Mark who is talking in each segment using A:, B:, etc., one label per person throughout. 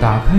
A: 打开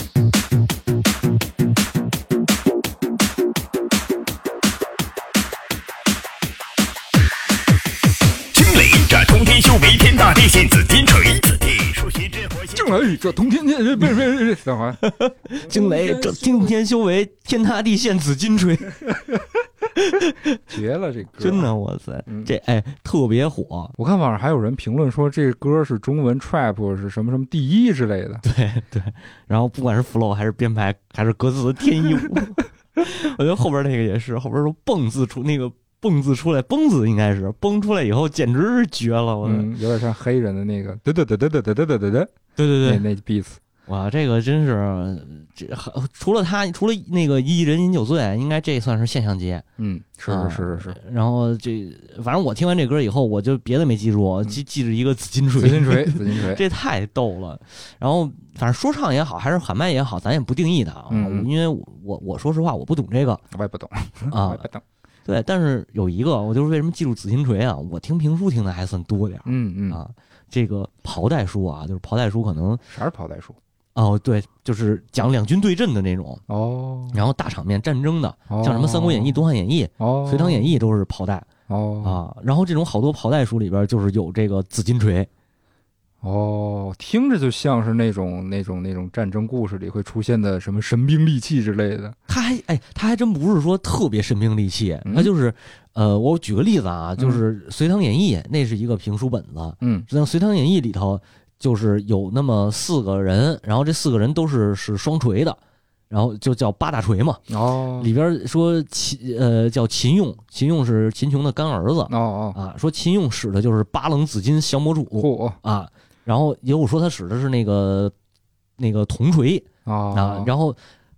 B: 惊雷这通天修为，天大地陷，紫金锤，紫地数学之火星。
A: 雷这通天剑，别别别，等会儿，
C: 惊雷，这惊天修为，天塌地陷，紫金锤，
A: 绝了这歌！
C: 真，的，哇塞，
A: 嗯
C: 这哎特别火，
A: 我看网上还有人评论说这歌是中文 trap 是什么什么第一之类的。
C: 对对。然后不管是 flow 还是编排还是歌词的天衣无 缝，我觉得后边那个也是，后边说蹦字出那个蹦字出来，蹦字应该是蹦出来以后，简直是绝了，我的，
A: 嗯，有点像黑人的那个得得得得得得得得得
C: 对
A: 那
C: 对对，
A: 那 beats。
C: 哇，这个真是这除了他，除了那个一人饮酒醉，应该这算是现象级。
A: 嗯，是
C: 啊
A: 是是是，
C: 然后这，反正我听完这歌以后，我就别的没记住，我记记着一个紫金锤，
A: 紫金锤，紫金锤。
C: 这太逗了。然后反正说唱也好，还是喊麦也好，咱也不定义它啊，
A: 嗯嗯
C: 因为我我我说实话我不懂这个
A: 我也不懂，我
C: 啊
A: 也。不懂。
C: 对，但是有一个，我就是为什么记住紫金锤啊？我听评书听的还算多点儿、
A: 嗯嗯，
C: 啊。这个袍带书啊，就是袍带书可能
A: 啥是跑代数？
C: 哦，对，就是讲两军对阵的那种，
A: 哦，
C: 然后大场面战争的，
A: 像、
C: 像什么《三国演义》《东汉演义》
A: 哦
C: 《
A: 《
C: 隋唐演义》都是袍带
A: 哦
C: 啊。然后这种好多袍带书里边就是有这个紫金锤，
A: 哦，听着就像是那种那种那种战争故事里会出现的什么神兵利器之类的。
C: 他还哎，他还真不是说特别神兵利器，
A: 嗯
C: 他就是呃，我举个例子啊，就是《隋唐演义》那是一个评书本子，
A: 嗯
C: 像《隋唐演义》里头就是有那么四个人，然后这四个人都是是双锤的，然后就叫八大锤嘛。
A: 哦
C: 里边说秦呃叫秦用，秦用是秦琼的干儿子
A: 哦哦，
C: 啊，说秦用使的就是八棱紫金降魔杵
A: 嚯
C: 啊，然后也有说他使的是那个那个铜锤，啊
A: 哦，，
C: 然后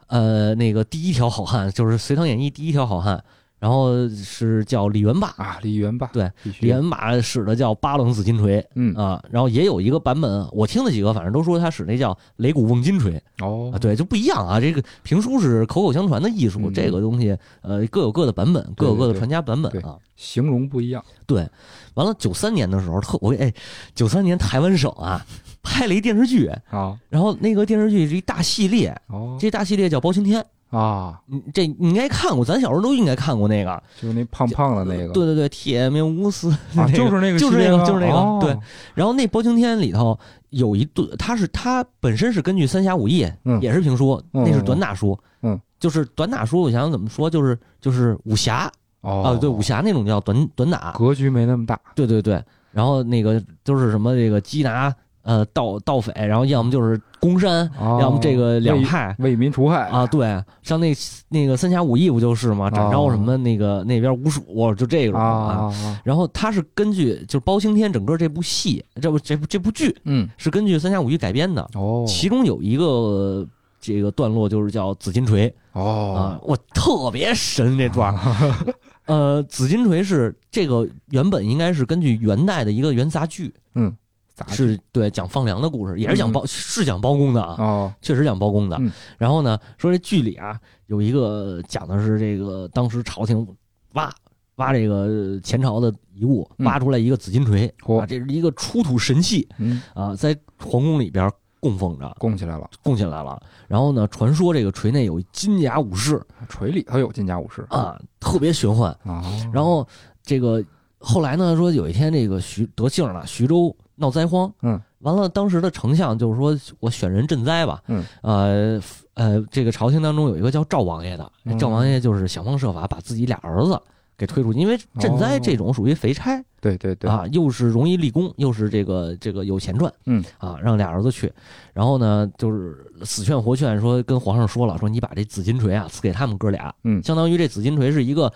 C: 呃，那个第一条好汉就是《隋唐演义》第一条好汉，然后是叫李元霸，
A: 啊，李元霸
C: 对，
A: 必须
C: 李元霸使的叫八棱紫金锤
A: 嗯
C: 啊，然后也有一个版本，啊我听了几个，反正都说他使那叫擂鼓瓮金锤
A: 哦
C: 啊，对，就不一样啊。这个评书是口口相传的艺术，
A: 嗯
C: 这个东西呃各有各的版本，各有各
A: 对对
C: 的传家版本
A: 对
C: 啊。
A: 形容不一样。
C: 对，完了九三年的时候，特我哎，九三年台湾省啊拍了一电视剧，
A: 啊
C: 然后那个电视剧是一大系列，
A: 哦
C: 这大系列叫包青天。
A: 啊，
C: 嗯这你应该看过，咱小时候都应该看过那个。
A: 就是那胖胖的那个，
C: 对对对，铁面无私，
A: 啊，
C: 那个
A: 就是那个系
C: 就是
A: 列
C: 那个
A: 吗，
C: 就是那个
A: 哦
C: 对，然后那包青天里头有一段，它是它本身是根据《三侠五义》
A: 嗯
C: 也是评书，
A: 嗯
C: 那是短打书。
A: 嗯，
C: 就是短打书，我想想怎么说，就是就是武侠啊、
A: 哦，
C: 对武侠那种叫短短打。
A: 格局没那么大。
C: 对对对，然后那个就是什么这个缉拿呃盗盗匪，然后要么就是攻山，
A: 哦
C: 要么这个两
A: 为
C: 派。
A: 为民除害
C: 啊，，对，像那那个三侠五义不就是吗？展
A: 哦
C: 昭什么那个、那边五鼠，就这
A: 啊
C: 种
A: 啊，啊
C: 然后他是根据就是包青天整个这部戏，这部这部这部剧
A: 嗯
C: 是根据三侠五义改编的，
A: 哦
C: 其中有一个呃这个段落就是叫紫金锤啊
A: 哦，
C: 我特别神这段 儿。呃，紫金锤是这个原本应该是根据元代的一个元杂剧，
A: 杂嗯技
C: 是对讲放粮的故事，也是讲包、是讲包公的啊，
A: 哦
C: 确实讲包公的。
A: 嗯
C: 然后呢，说这剧里啊有一个讲的是这个当时朝廷挖挖这个前朝的遗物，
A: 嗯
C: 挖出来一个紫金锤、
A: 嚯
C: 啊，这是一个出土神器
A: 嗯
C: 啊，在皇宫里边供奉着，
A: 供起来了，
C: 供起来了。然后呢，传说这个锤内有金甲武士
A: 锤里头有金甲武士
C: 啊，特别玄幻。
A: 啊，
C: 然后这个后来呢，说有一天这个徐得姓了，徐州闹灾荒，
A: 嗯，
C: 完了当时的丞相就是说我选人赈灾吧，
A: 嗯，
C: 呃呃，这个朝廷当中有一个叫赵王爷的，
A: 嗯
C: 赵王爷就是想方设法把自己俩儿子给推出去，因为赈灾
A: 哦
C: 这种属于肥差，
A: 对对对，
C: 啊，又是容易立功，又是这个这个有钱赚，
A: 嗯
C: 啊，让俩儿子去，然后呢，就是死劝活劝，说跟皇上说了，说你把这紫金锤啊赐给他们哥俩，
A: 嗯
C: 相当于这紫金锤是一个，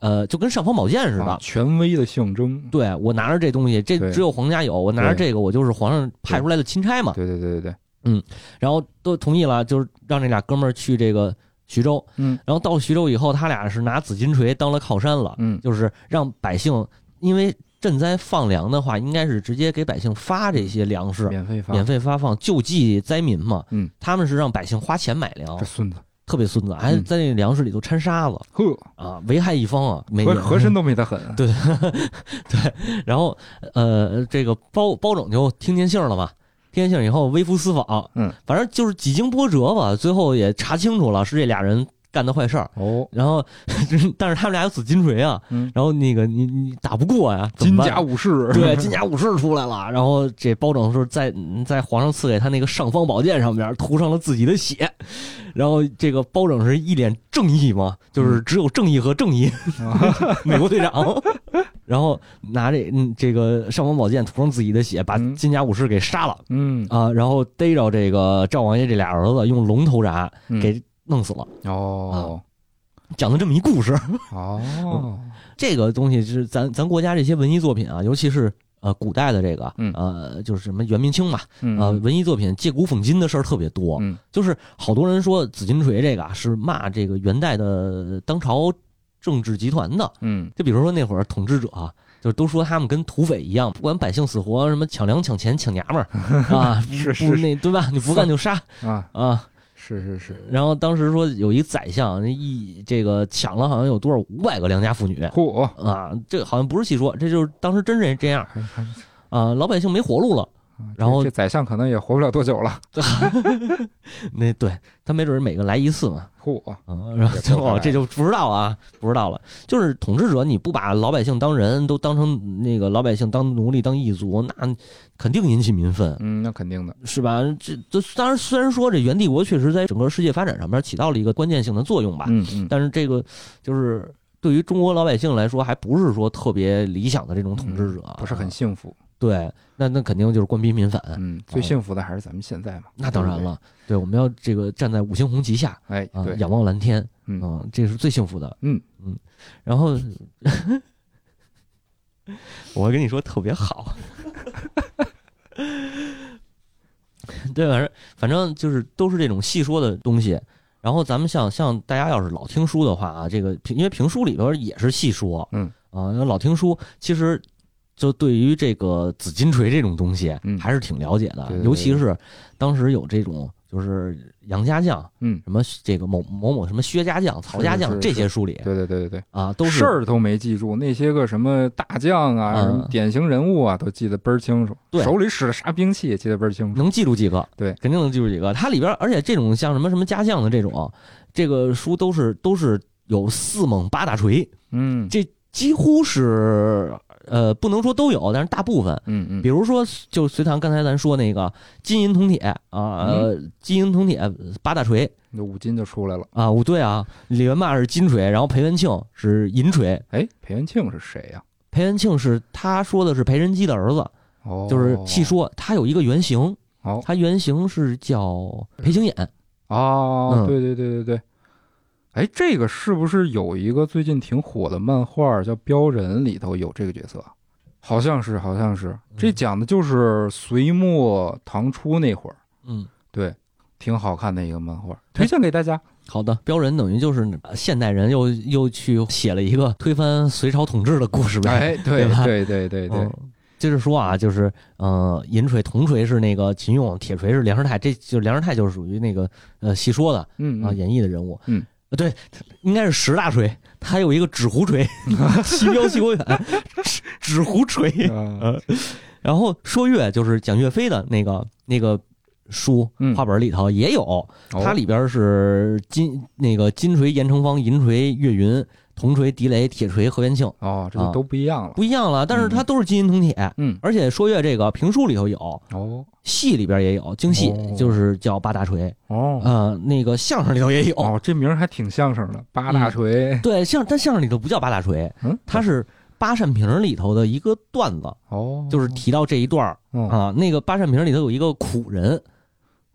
C: 呃，就跟尚方宝剑似的。
A: 啊权威的象征，
C: 对，我拿着这东西，这
A: 对
C: 只有皇家有，我拿着
A: 对
C: 这个，我就是皇上派出来的钦差嘛。
A: 对对对对对，
C: 然后都同意了，就是让这俩哥们儿去这个徐州。
A: 嗯
C: 然后到徐州以后，他俩是拿紫金锤当了靠山了。
A: 嗯，
C: 就是让百姓，因为赈灾放粮的话，应该是直接给百姓发这些粮食，
A: 免费发，
C: 免费发放救济灾民嘛。
A: 嗯，
C: 他们是让百姓花钱买粮
A: 这，孙子，
C: 特别孙子，还
A: 嗯
C: 在那粮食里头掺沙子
A: 呵，
C: 啊，危害一方啊，没
A: 和和珅都没他狠，
C: 对对，然后呃，这个包包拯就听见信儿了嘛，听见信儿以后微服私访，
A: 嗯，
C: 反正就是几经波折吧，最后也查清楚了是这俩人干的坏事儿。
A: 哦，
C: 然后， 但是他们俩有紫金锤啊，
A: 嗯
C: 然后那个你你打不过呀，怎
A: 金
C: 么办
A: 甲武士，
C: 对金甲武士出来了，然后这包拯是在嗯在皇上赐给他那个尚方宝剑上边涂上了自己的血，然后这个包拯是一脸正义嘛，就是
A: 嗯
C: 只有正义和正义，
A: 啊
C: 美国队 长，然后拿这嗯这个尚方宝剑涂上自己的血，把
A: 嗯
C: 金甲武士给杀了
A: 嗯，
C: 啊，然后逮着这个赵王爷这俩儿子用龙头铡
A: 嗯
C: 给弄死了，
A: 哦
C: 讲了这么一故事。
A: 哦，
C: 这个东西是咱咱国家这些文艺作品啊，尤其是呃古代的这个，
A: 嗯
C: 呃就是什么元明清嘛，
A: 嗯
C: 呃文艺作品借古讽今的事儿特别多，
A: 嗯
C: 就是好多人说紫金锤这个啊是骂这个元代的当朝政治集团的，
A: 嗯
C: 就比如说那会儿统治者啊。就都说他们跟土匪一样，不管百姓死活，什么抢粮、抢钱、抢娘 们儿啊，
A: 是
C: 不
A: 是
C: 那对吧？你不干就杀
A: 啊，
C: 啊！
A: 是是是，
C: 然后当时说有一宰相，一这个抢了好像有多少五百个良家妇女，
A: 嚯，
C: 啊，这好像不是戏说，这就是当时真是这样
A: 还还
C: 啊，老百姓没活路了。哎然后
A: 这宰相可能也活不了多久了，
C: 那对他没准儿每个来一次嘛，
A: 嚯，
C: 啊，然后
A: 也不好
C: 哦
A: 来
C: 这就不知道啊，不知道了。就是统治者，你不把老百姓当人，都当成那个老百姓当奴隶当异族，那肯定引起民愤，
A: 嗯，那肯定的，
C: 是吧？这这当然，虽然说这元帝国确实在整个世界发展上面起到了一个关键性的作用吧，
A: 嗯嗯，
C: 但是这个就是对于中国老百姓来说，还不是说特别理想的这种统治者，
A: 嗯不是很
C: 啊
A: 幸福，
C: 对。那那肯定就是官逼民反，
A: 嗯，最幸福的还是咱们现在嘛，
C: 哦那当然了，对，我们要这个站在五星红旗下
A: 对不
C: 啊、
A: 对，哎，对，
C: 仰望蓝天
A: 嗯
C: 啊、这是最幸福的。
A: 嗯
C: 嗯，然后 我跟你说特别好，对，反正反正就是都是这种细说的东西。然后咱们像像大家要是老听书的话啊，这个评因为评书里边也是细说，
A: 嗯
C: 啊，那老听书其实就对于这个紫金锤这种东西
A: 嗯
C: 还是挺了解的，
A: 对对对
C: 尤其是当时有这种就是杨家将，
A: 嗯，
C: 什么这个某某某什么薛家将、曹家
A: 是
C: 将
A: 是
C: 这些书里
A: 对对对对对。
C: 啊，都是
A: 事儿都没记住，那些个什么大将啊、
C: 嗯
A: 什么典型人物啊，都记得倍儿清楚。
C: 对
A: 手里使的啥兵器也记得倍儿清楚。
C: 能记住几个，
A: 对
C: 肯定能记住几个。它里边，而且这种像什么什么家将的这种，这个书都是都是有四猛八大锤，
A: 嗯
C: 这几乎是呃不能说都有，但是大部分。
A: 嗯嗯
C: 比，如说，就隋唐刚才咱说那个金银铜铁
A: 嗯
C: 啊，呃金银铜铁八大锤
A: 那五金就出来了。
C: 啊，哦对啊，李元霸是金锤，然后裴元庆是银锤，
A: 哎，裴元庆是谁呀、
C: 裴元庆是他说的是裴仁基的儿子，
A: 哦，
C: 就是细说，他有一个原型，
A: 哦嗯
C: 他原型是叫裴行俨，
A: 哦
C: 嗯，
A: 对对对对对。哎，这个是不是有一个最近挺火的漫画叫《镖人》里头有这个角色？好像是，好像是。
C: 嗯
A: 这讲的就是隋末唐初那会儿，
C: 嗯，
A: 对，挺好看的一个漫画，推荐给大家。
C: 好的，标人等于就是呃现代人又又去写了一个推翻隋朝统治的故事呗，
A: 哎，对
C: 吧
A: 对对对对，
C: 嗯接着说啊，就是呃，银锤、铜锤是那个秦俑，铁锤是梁世泰，这就梁世泰就是属于那个呃戏说的
A: 嗯
C: 啊、
A: 嗯
C: 演绎的人物。
A: 嗯
C: 呃，对，应该是十大锤，他有一个纸 糊锤，齐彪齐国远，纸纸糊锤。
A: 啊
C: 呃，然后说岳就是蒋岳飞的那个那个书
A: 嗯哦
C: 画本里头呃也有，它里边是金那个金锤严成方，银锤岳云，铜锤、狄雷、铁锤、何元庆
A: 哦，这就
C: 啊
A: 都不一样了。
C: 不一样了，但是它都是金银铜铁。
A: 嗯，
C: 而且说乐这个评书里头有，
A: 哦
C: 戏里边也有，京戏
A: 哦
C: 就是叫八大锤，
A: 哦
C: 呃，那个相声里头也有，
A: 哦，这名儿还挺相声的，八
C: 嗯
A: 大锤。
C: 对，相但相声里头不叫八大锤，
A: 嗯，
C: 它是八扇屏里头的一个段子，
A: 哦，
C: 就是提到这一段儿
A: 嗯
C: 啊。那个八扇屏里头有一个苦人，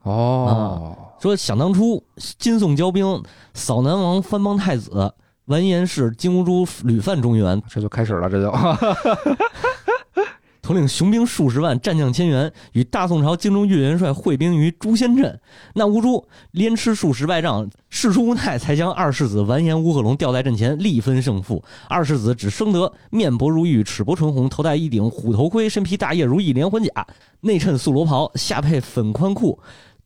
A: 哦
C: 说想当初金宋交兵，扫南王藩邦太子，完颜氏金兀术屡犯中原，
A: 这就开始了，这 就
C: 统领雄兵数十万，战将千员，与大宋朝京中岳元帅会兵于诛仙阵。那乌珠连吃数十败仗，事出无奈，才将二世子完颜乌合龙吊在阵前，力分胜负。二世子只生得面薄如玉，齿薄唇红，头戴一顶虎头盔，身披大叶如意连环甲，内衬素罗袍，下配粉宽裤。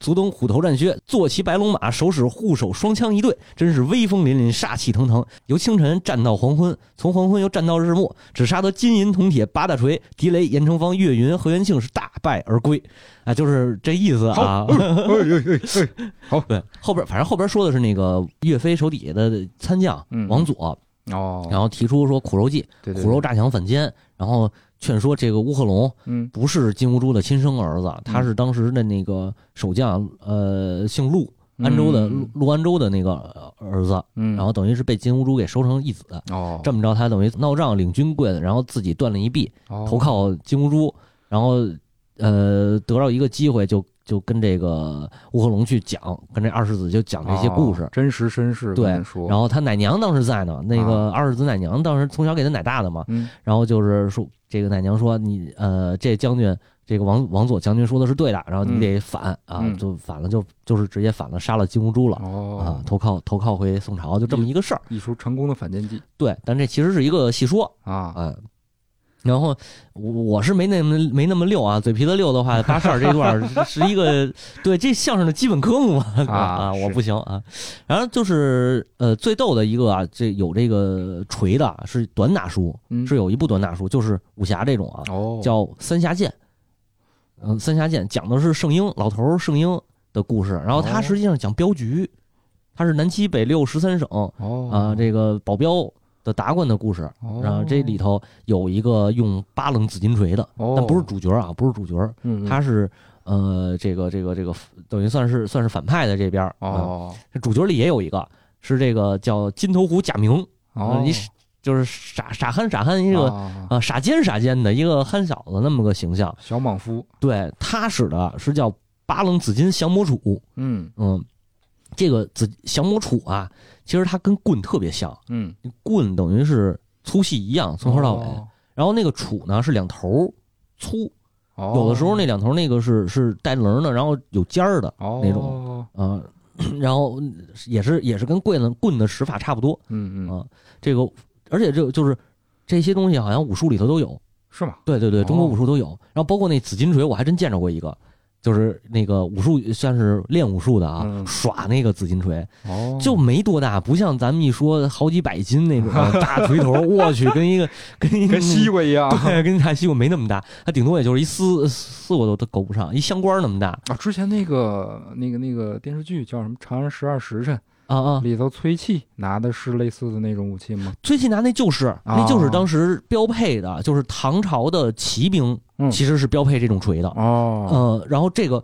C: 足蹬虎头战靴，坐骑白龙马，手使护手双枪一对，真是威风凛凛，煞气腾腾。由清晨战到黄昏，从黄昏又战到日暮，只杀得金银铜铁八大锤，狄雷、严成方、岳云、何元庆是大败而归。啊，就是这意思 啊。
A: 哎哎哎哎
C: 对，后边反正后边说的是那个岳飞手底下的参将
A: 嗯
C: 王佐，
A: 哎哦，
C: 然后提出说苦肉计，
A: 对对
C: 苦肉诈降反间，然后劝说这个乌合龙
A: 嗯
C: 不是金兀术的亲生儿子，他是当时的那个守将，呃，姓陆，安州的陆
A: 嗯
C: 陆安州的那个呃儿子，
A: 嗯，
C: 然后等于是被金兀术给收成义子。
A: 哦
C: 这么着，他等于闹仗领军棍，然后自己断了一臂，
A: 哦
C: 投靠金兀术，然后呃得到一个机会就，就跟这个乌合龙去讲，跟这二世子就讲这些故事。
A: 哦真实身世
C: 对
A: 跟你说，
C: 然后他奶娘当时在呢，那
A: 啊
C: 个二世子奶娘当时从小给他奶大的嘛，
A: 嗯
C: 然后就是说这个奶娘说你呃这将军这个王王佐将军说的是对的，然后你得反、啊
A: 嗯，
C: 就反了就就是直接反了，杀了金兀术了、啊
A: 哦，，
C: 投靠投靠回宋朝，就这么一个事儿。
A: 一出成功的反间计
C: 对，但这其实是一个戏说，
A: 啊，
C: 嗯，然后我我是没那么没那么溜啊，嘴皮子溜的话，八十二这段儿 是是一个对这相声的基本科目嘛
A: 啊
C: 我
A: 是
C: 不行啊。然后就是呃最逗的一个啊，这有这个锤的啊是短打书，
A: 嗯
C: 是有一部短打书，就是武侠这种啊，
A: 哦
C: 叫《三峡剑》。嗯，《三峡剑》讲的是圣婴老头儿圣婴的故事，然后他
A: 哦
C: 实际上讲镖局，他是南七北六十三省啊、
A: 哦
C: 这个保镖的达官的故事。
A: 哦
C: 然后这里头有一个用八棱紫金锤的，
A: 哦
C: 但不是主角啊，不是主角，
A: 嗯嗯
C: 他是呃，这个这个这个，等于算是算是反派的这边儿。啊
A: 哦
C: 这主角里也有一个是这个叫金头虎贾明，
A: 哦
C: 呃一就是傻傻憨傻憨一个
A: 啊
C: 啊傻尖傻尖的一个憨小子那么个形象。
A: 小莽夫，
C: 对他使的是叫八棱紫金降魔杵，
A: 嗯
C: 嗯，这个紫降魔杵啊，其实它跟棍特别像，
A: 嗯，
C: 棍等于是粗细一样，从头到尾。然后那个杵呢是两头儿粗，
A: 哦，
C: 有的时候那两头儿那个是是带棱儿的，然后有尖儿的
A: 哦
C: 那种，啊、 然后也是也是跟棍子棍的使法差不多。
A: 嗯嗯
C: 啊这个而且这就是这些东西好像武术里头都有，
A: 是吗？
C: 对对对，
A: 哦
C: 中国武术都有。然后包括那紫金锤，我还真见着过一个，就是那个武术算是练武术的啊，
A: 嗯
C: 耍那个紫金锤，
A: 哦，
C: 就没多大，不像咱们一说好几百斤 那种大锤头，我去，跟一个跟一个
A: 跟西瓜一样啊！
C: 对，跟大西瓜没那么大，它顶多也就是一丝丝瓜都都够不上，一香瓜那么大
A: 啊之前那个那个那个电视剧叫什么《长安十二时辰
C: 啊》，啊！
A: 里头崔气拿的是类似的那种武器吗？
C: 最近拿那就是那就是
A: 哦
C: 当时标配的，就是唐朝的骑兵
A: 嗯
C: 其实是标配这种锤的，
A: 哦，
C: 呃，然后这个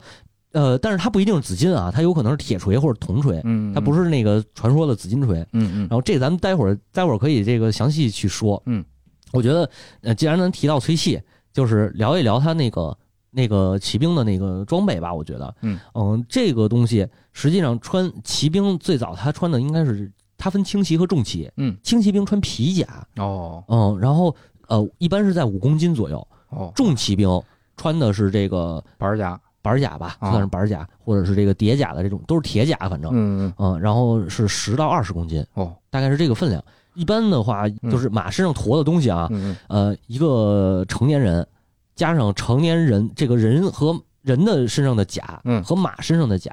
C: 呃，但是它不一定是紫金啊，它有可能是铁锤或者铜锤，
A: 嗯，
C: 它不
A: 是，
C: 是那个传说的紫金锤。
A: 嗯
C: 然后这咱们待会儿待会儿可以这个详细去说。
A: 嗯，
C: 我觉得呃，既然咱提到崔系，就是聊一聊他那个那个骑兵的那个装备吧。我觉得，呃
A: 嗯
C: 这个东西实际上穿骑兵最早他穿的应该是他分轻骑和重骑，
A: 嗯，
C: 轻骑兵穿皮甲，
A: 嗯，哦
C: 嗯，然后呃一般是在五公斤左右，
A: 哦，
C: 重骑兵穿的是这个
A: 板甲，
C: 板甲吧，
A: 啊
C: 算是板甲，或者是这个叠甲的这种，都是铁甲，反正。
A: 嗯嗯
C: 嗯，然后是十到二十公斤，
A: 哦，
C: 大概是这个分量。一般的话，
A: 嗯
C: 就是马身上驮的东西啊，
A: 嗯嗯
C: 呃，一个成年人加上成年人这个人和人的身上的甲，
A: 嗯
C: 和马身上的甲，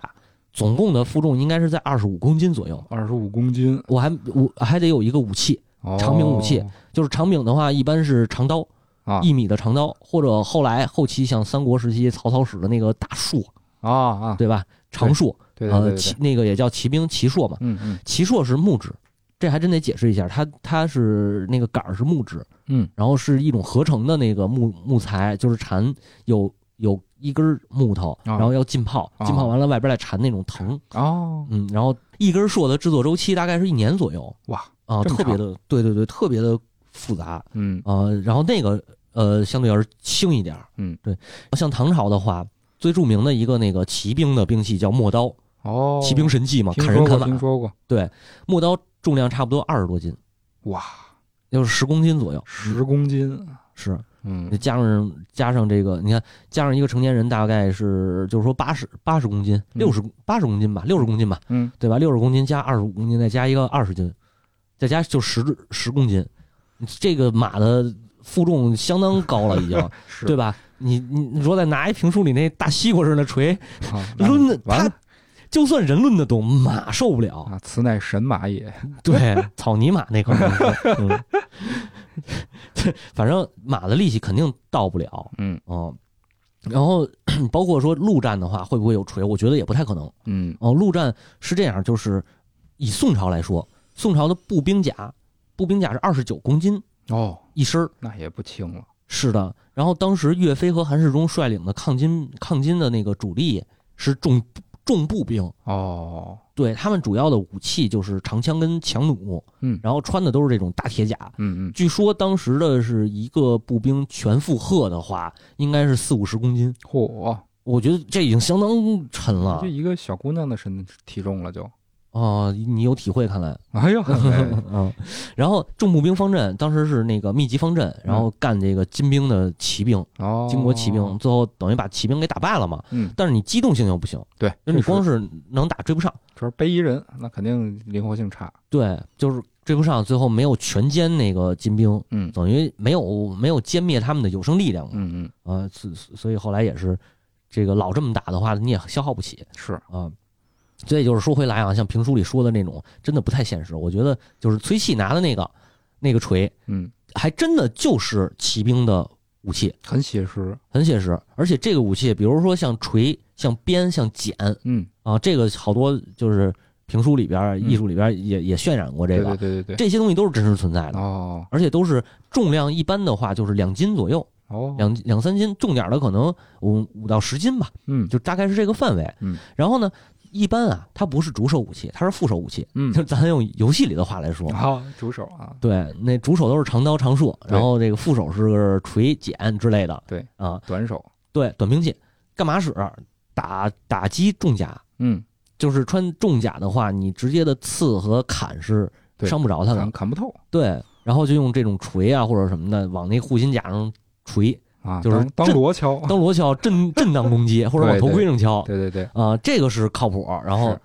C: 总共的负重应该是在二十五公斤左右。
A: 二十五公斤，
C: 我还我还得有一个武器，
A: 哦
C: 长柄武器就是长柄的话，一般是长刀，
A: 啊
C: 一米的长刀，或者后来后期像三国时期曹操使的那个大槊，
A: 啊啊，
C: 对吧？长槊，
A: 对对对
C: 呃，
A: 对
C: 骑
A: 对，
C: 那个也叫骑兵骑槊嘛。
A: 嗯嗯
C: 骑槊是木质，这还真得解释一下，它它是那个杆儿是木质，
A: 嗯，
C: 然后是一种合成的那个木木材，就是缠有有一根木头，
A: 啊
C: 然后要浸泡，
A: 啊
C: 浸泡完了外边再缠那种藤，
A: 哦，
C: 嗯，然后一根硕的制作周期大概是一年左右
A: 哇，
C: 啊，
A: 这么
C: 特别
A: 长
C: 的，对对对，特别的复杂，
A: 嗯
C: 呃，然后那个呃相对要是轻一点儿，
A: 嗯，
C: 对，像唐朝的话。最著名的一个那个骑兵的兵器叫陌刀，
A: 哦，
C: 骑兵神器嘛，
A: 听
C: 砍
A: 说
C: 人
A: 过
C: 砍马
A: 听。说过，
C: 陌刀重量差不多二十多斤，
A: 哇，
C: 就是十公斤左右。
A: 十公斤，
C: 是，
A: 嗯
C: 你加上加上这个，你看加上一个成年人大概是就是说八十八十公斤，六十八十公斤吧，六十公斤吧，
A: 嗯，
C: 对吧？六十公斤加二十五公斤，再加一个二十斤，再加就十十公斤，这个马的负重相当高了，已经，
A: 是
C: 对吧？你你你说再拿一评书里那大西瓜似的锤
A: 啊，完
C: 抡的，
A: 完
C: 它
A: 了
C: 就算人抡得动，马受不了。
A: 啊，此乃神马也，
C: 对，草泥马那块儿就是，嗯，对，反正马的力气肯定到不了，
A: 嗯
C: 哦。然后 包括说陆战的话，会不会有锤？我觉得也不太可能。
A: 嗯
C: 哦，陆战是这样，就是以宋朝来说，宋朝的步兵甲，步兵甲是二十九公斤
A: 哦，
C: 一身儿，
A: 那也不轻了，
C: 是的。然后当时岳飞和韩世忠率领的抗金抗金的那个主力是重重步兵，
A: 哦，
C: 对他们主要的武器就是长枪跟强弩，
A: 嗯
C: 然后穿的都是这种大铁甲，
A: 嗯嗯，
C: 据说当时的是一个步兵全负荷的话，应该是四五十公斤。
A: 嚯，
C: 我觉得这已经相当沉了
A: 就一个小姑娘的身体重了就，
C: 哦，你有体会看来。
A: 哎呦，哎
C: 嗯，然后重步兵方阵当时是那个密集方阵，然后干这个金兵的骑兵，
A: 哦，
C: 金国骑兵，最后等于把骑兵给打败了嘛。
A: 嗯，
C: 但是你机动性又不行，
A: 对，
C: 就是你
A: 这
C: 光是能打追不上，
A: 主要是背一人，那肯定灵活性差，
C: 对，就是追不上，最后没有全歼那个金兵，
A: 嗯
C: 等于没有没有歼灭他们的有生力量嘛。
A: 嗯嗯，
C: 啊，所所以后来也是，这个老这么打的话，你也消耗不起
A: 是，
C: 啊。所以就是说回来啊，像评书里说的那种，真的不太现实。我觉得就是崔气拿的那个那个锤，
A: 嗯，
C: 还真的就是骑兵的武器，
A: 很写实，
C: 很写实。而且这个武器，比如说像锤、像鞭、像锏
A: 嗯，
C: 啊，这个好多就是评书里边儿、艺术里边儿也也渲染过这
A: 对
C: 个，
A: 对对对对，
C: 这些东西都是真实存在的，
A: 哦
C: 而且都是重量一般的话就是两斤左右，
A: 哦，
C: 两两三斤，重点儿的可能五五到十斤吧。
A: 嗯
C: 就大概是这个范围。
A: 嗯，
C: 然后呢，一般啊，它不是主手武器，它是副手武器。
A: 嗯
C: 就，咱用游戏里的话来说，
A: 好，主手啊，
C: 对，那主手都是长刀长槊，
A: 对
C: 然后这个副手是锤锏之类的。
A: 对
C: 啊，
A: 短手，
C: 对，短兵器干嘛使？打打击重甲，
A: 嗯，
C: 就是穿重甲的话，你直接的刺和砍是
A: 对
C: 伤不着他
A: 砍
C: 的。
A: 砍不透
C: 对，然后就用这种锤啊或者什么的往那护心甲上锤，
A: 啊，
C: 就是
A: 当当
C: 震
A: 锣敲，
C: 当锣敲，震震荡攻击，或者往
A: 对
C: 头
A: 对
C: 盔上敲。
A: 对对对，
C: 啊、这个是靠谱，然后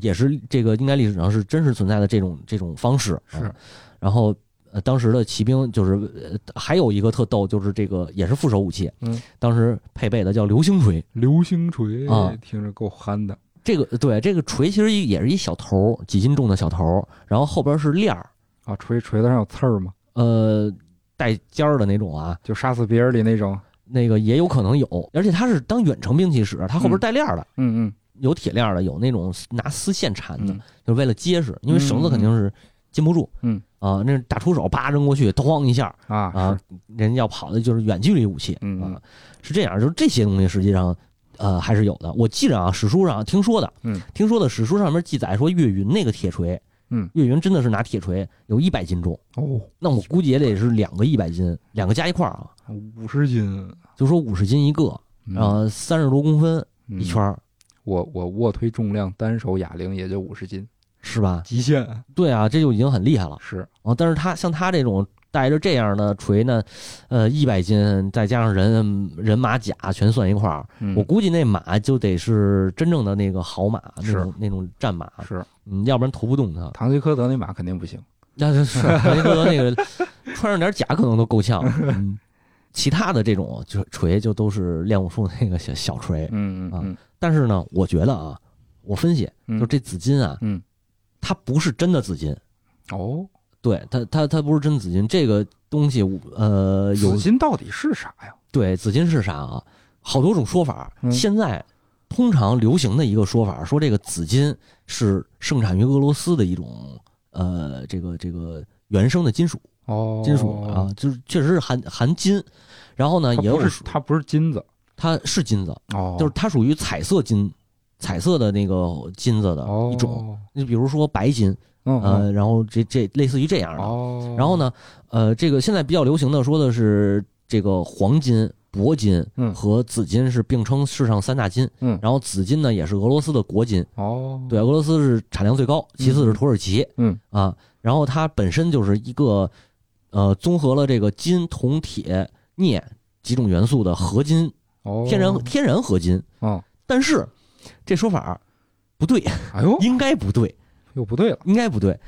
C: 也是这个应该历史上是真实存在的这种这种方式。
A: 是
C: 啊然后呃，当时的骑兵就是、呃、还有一个特逗，就是这个也是副手武器，
A: 嗯，
C: 当时配备的叫流星锤。
A: 流星锤
C: 啊
A: 听着够憨的，
C: 这个对，这个锤其实也是一小头儿，几斤重的小头儿，然后后边是链儿，
A: 啊，锤锤子上有刺儿吗？
C: 呃，带尖儿的那种啊，
A: 就杀死别人里那种，
C: 那个也有可能有，而且它是当远程兵器使，它后边
A: 嗯
C: 带链儿的，
A: 嗯嗯
C: 有铁链儿的，有那种拿丝线缠的，
A: 嗯，
C: 就是为了结实，因为绳子肯定是禁不住。
A: 嗯
C: 啊，那打出手叭扔过去，咣一下
A: 啊
C: 啊
A: 是，
C: 人要跑的就是远距离武器
A: 嗯嗯
C: 啊，是这样，就是这些东西实际上。呃，还是有的。我记着啊，史书上听说的，
A: 嗯，
C: 听说的史书上面记载说，岳云那个铁锤，
A: 嗯，
C: 岳云真的是拿铁锤有一百斤重，
A: 哦，
C: 那我估计也得是两个一百斤，两个加一块儿啊，
A: 五十斤，
C: 就说五十斤一个，
A: 嗯
C: 呃，三十多公分一
A: 嗯
C: 圈，儿，
A: 我我卧推重量单手哑铃也就五十斤，
C: 是吧？
A: 极限
C: 对啊，这就已经很厉害了。
A: 是，
C: 哦，但是他像他这种带着这样的锤呢，呃，一百斤再加上人人马甲全算一块儿，
A: 嗯
C: 我估计那马就得是真正的那个好马，那
A: 是
C: 种那种战马，
A: 是
C: 嗯，要不然驮不动 它。
A: 唐吉诃德那马肯定不行，
C: 那就是雷哥那个穿上点甲可能都够呛。嗯，其他的这种就是锤就都是练武术那个小小锤，
A: 嗯嗯
C: 但是呢，我觉得啊，我分析
A: 嗯，
C: 啊就这紫金啊，
A: 嗯
C: 它不是真的紫金。
A: 哦，
C: 对它，它它不是真紫金，这个东西我，呃，有
A: 紫金到底是啥呀？
C: 对，紫金是啥啊？好多种说法。
A: 嗯
C: 现在通常流行的一个说法，说这个紫金是盛产于俄罗斯的一种呃这个这个原生的金属
A: 哦，
C: 金属啊、就是确实是含含金，然后呢
A: 它
C: 也有
A: 不是
C: 属
A: 它不是金子
C: 它是金子，
A: 哦，
C: 就是它属于彩色金，彩色的那个金子的一种。
A: 哦，
C: 你、比如说白金，
A: 嗯
C: 呃，
A: 嗯
C: 然后这这类似于呃这样的。
A: 哦，
C: 然后呢，呃，这个现在比较流行的说的是这个黄金、铂金
A: 嗯
C: 和紫金是并称世上三大金。
A: 嗯
C: 然后紫金呢也是俄罗斯的国金，
A: 哦，
C: 对，俄罗斯是产量最高，其次是土耳其。
A: 嗯
C: 啊，然后它本身就是一个呃综合了这个金、铜、铁、镍几种元素的合金，
A: 哦，
C: 天然天然合金。
A: 哦，
C: 但是这说法儿不对，
A: 哎呦
C: 应该不对，
A: 又不对了，
C: 应该不对，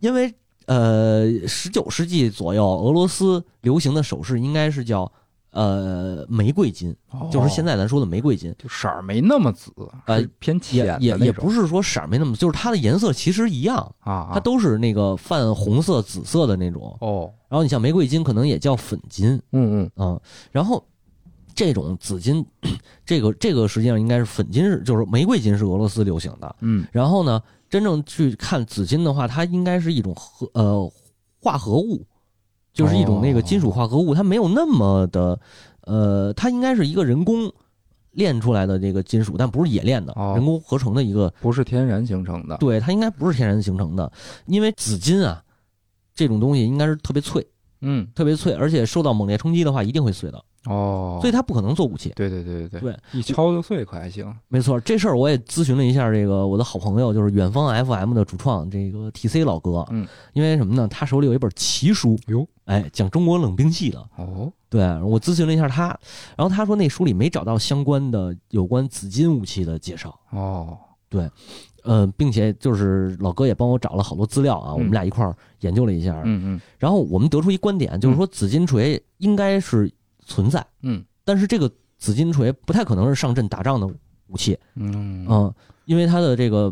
C: 因为呃，十九世纪左右，俄罗斯流行的首饰应该是叫呃玫瑰金，就是现
A: 在
C: 在咱说的玫瑰金，
A: 哦就色儿没那么紫，
C: 呃
A: 是偏浅
C: 也
A: 的
C: 也
A: 那
C: 也
A: 种
C: 不是说色儿没那么，就是它的颜色其实一样，
A: 啊，
C: 它都是那个泛红色、紫色的那种。
A: 哦，
C: 然后你像玫瑰金，可能也叫粉金
A: 嗯嗯，
C: 啊、然后。这种紫金， 这个这个实际上应该是粉金是，就是玫瑰金是俄罗斯流行的，
A: 嗯，
C: 然后呢，真正去看紫金的话，它应该是一种合呃化合物，就是一种那个金属化合物，它没有那么的呃，它应该是一个人工炼出来的这个金属，但不是冶炼的，
A: 哦
C: 人工合成的一个，
A: 不是天然形成的，
C: 对，它应该不是天然形成的，因为紫金啊这种东西应该是特别脆，
A: 嗯，
C: 特别脆，而且受到猛烈冲击的话一定会碎的，
A: 哦，
C: 所以它不可能做武器。
A: 对对对对
C: 对，
A: 一敲就碎可还行，
C: 没错，这事儿我也咨询了一下这个我的好朋友，就是远方 FM 的主创这个 TC 老哥，啊
A: 嗯，
C: 因为什么呢？他手里有一本奇书，
A: 哟，
C: 哎，讲中国冷兵器的。
A: 哦，
C: 对我咨询了一下他，然后他说那书里没找到相关的有关紫金武器的介绍，
A: 哦，
C: 呃，并且就是老哥也帮我找了好多资料啊，
A: 嗯
C: 我们俩一块儿研究了一下，
A: 嗯嗯
C: 然后我们得出一观点，就是说紫金锤应该是存在，
A: 嗯
C: 但是这个紫金锤不太可能是上阵打仗的武器，
A: 嗯，
C: 嗯，因为它的这个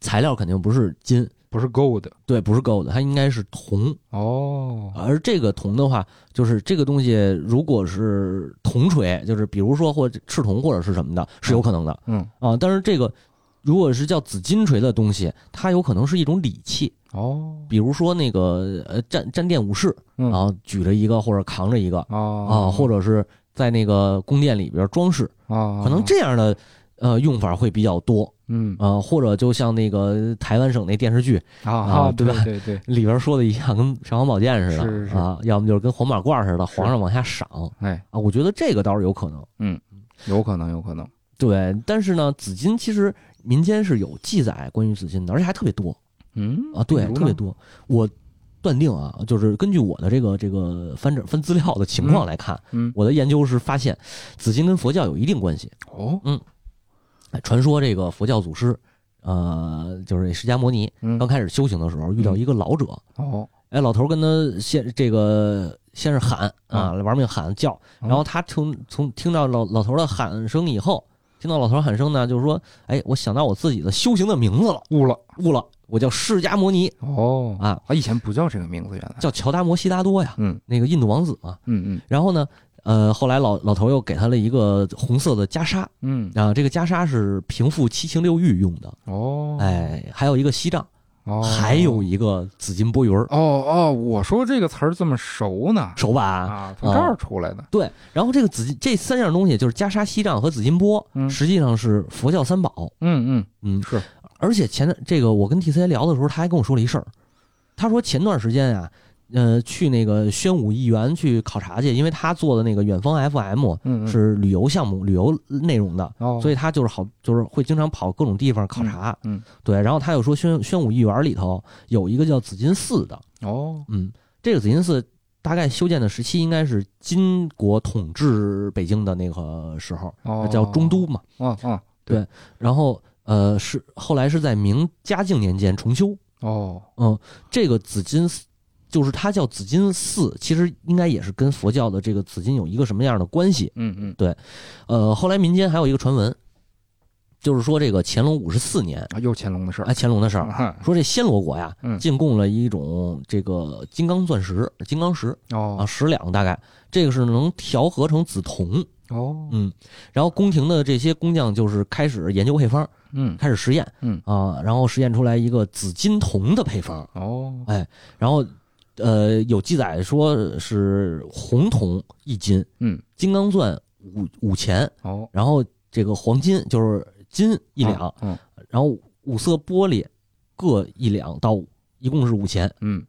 C: 材料肯定不是金，
A: 不是 gold，
C: 对，不是 gold，它应该是铜。
A: 哦，
C: 而这个铜的话，就是这个东西如果是铜锤，就是比如说或者赤铜或者是什么的，是有可能的
A: 嗯，
C: 啊。但是这个如果是叫紫金锤的东西，它有可能是一种礼器，
A: 哦，
C: 比如说那个呃战战殿武士，
A: 嗯
C: 然后举着一个或者扛着一个啊，
A: 哦
C: 或者是在那个宫殿里边装饰，
A: 啊，
C: 可能这样的呃用法会比较多。
A: 嗯
C: 呃，或者就像那个台湾省那电视剧
A: 啊
C: 啊
A: 对
C: 对吧
A: 对对，
C: 里边说的一样，跟尚方宝剑似的
A: 是是是
C: 啊，要么就是跟黄马褂似的，
A: 是
C: 皇上往下赏
A: 哎，
C: 啊。我觉得这个倒是有可能。
A: 有可能有可能，
C: 对，但是呢，紫金其实民间是有记载关于紫金的，而且还特别多
A: 嗯
C: 啊，对
A: 比，如呢
C: 特别多。我断定啊，就是根据我的这个这个翻整翻资料的情况
A: 嗯
C: 来看，
A: 嗯
C: 我的研究是发现紫金跟佛教有一定关系。
A: 哦，
C: 哎传说这个佛教祖师，呃，就是释迦摩尼
A: 嗯
C: 刚开始修行的时候遇到一个老者。
A: 哦，
C: 哎，老头儿跟他先这个先是喊啊，玩命喊叫，
A: 嗯
C: 然后他从从听到老老头儿的喊声以后，听到老头儿喊声呢，就是说，哎，我想到我自己的修行的名字了，
A: 悟了，
C: 悟了，我叫释迦摩尼
A: 哦，
C: 啊，
A: 啊，以前不叫这个名字，原来，
C: 叫乔达摩悉达多呀，
A: 嗯
C: 那个印度王子嘛。
A: 嗯
C: 然后呢，呃，后来老老头儿又给他了一个红色的袈裟
A: 嗯嗯，
C: 啊，这个袈裟是平复七情六欲用的，
A: 哦，，
C: 哎，还有一个锡杖，
A: 哦，
C: 还有一个紫金钵盂儿，
A: 哦哦，我说这个词儿这么熟呢，
C: 手把
A: 啊，从这儿出来的，
C: 对，然后这个紫金这三样东西就是袈裟、锡杖和紫金钵，
A: 嗯
C: 实际上是佛教三宝。
A: 嗯嗯，
C: 嗯，
A: 是，
C: 而且前段这个我跟 T C 聊的时候，他还跟我说了一事儿，他说前段时间啊，呃，去那个宣武议员去考察去，因为他做的那个远方 F M
A: 嗯嗯
C: 是旅游项目、旅游内容的。
A: 哦，
C: 所
A: 以
C: 以他就是好，就是会经常跑各种地方考察，
A: 嗯嗯
C: 对。然后他又说宣宣武议园里头有一个叫紫金寺的，
A: 哦，
C: 嗯，这个紫金寺大概修建的时期应该是金国统治北京的那个时候，
A: 哦，
C: 叫中都，嘛。
A: 哦哦
C: 然后呃，是后来是在明嘉靖年间重修。
A: 哦，
C: 嗯，这个紫金寺就是它叫紫金寺，其实应该也是跟佛教的这个紫金有一个什么样的关系。
A: 嗯嗯，
C: 呃，后来民间还有一个传闻，就是说这个乾隆五十四年，
A: 啊又乾隆的事儿
C: 哎，，乾隆的事儿。
A: 啊
C: 说这暹罗国呀
A: 嗯，
C: 进贡了一种这个金刚钻石、金刚石，啊，
A: 哦
C: 十两大概，这个是能调和成紫铜。
A: 哦，
C: 嗯，然后宫廷的这些工匠就是开始研究配方，
A: 嗯，
C: 开始实验，
A: 嗯
C: 啊、然后实验出来一个紫金铜的配方，
A: 哦，
C: 然后呃有记载说是红铜一斤，
A: 嗯，
C: 金刚钻五五钱，
A: 哦，
C: 然后这个黄金就是金一两，
A: 啊，嗯
C: 然后五色玻璃各一两到一共是五钱，
A: 嗯，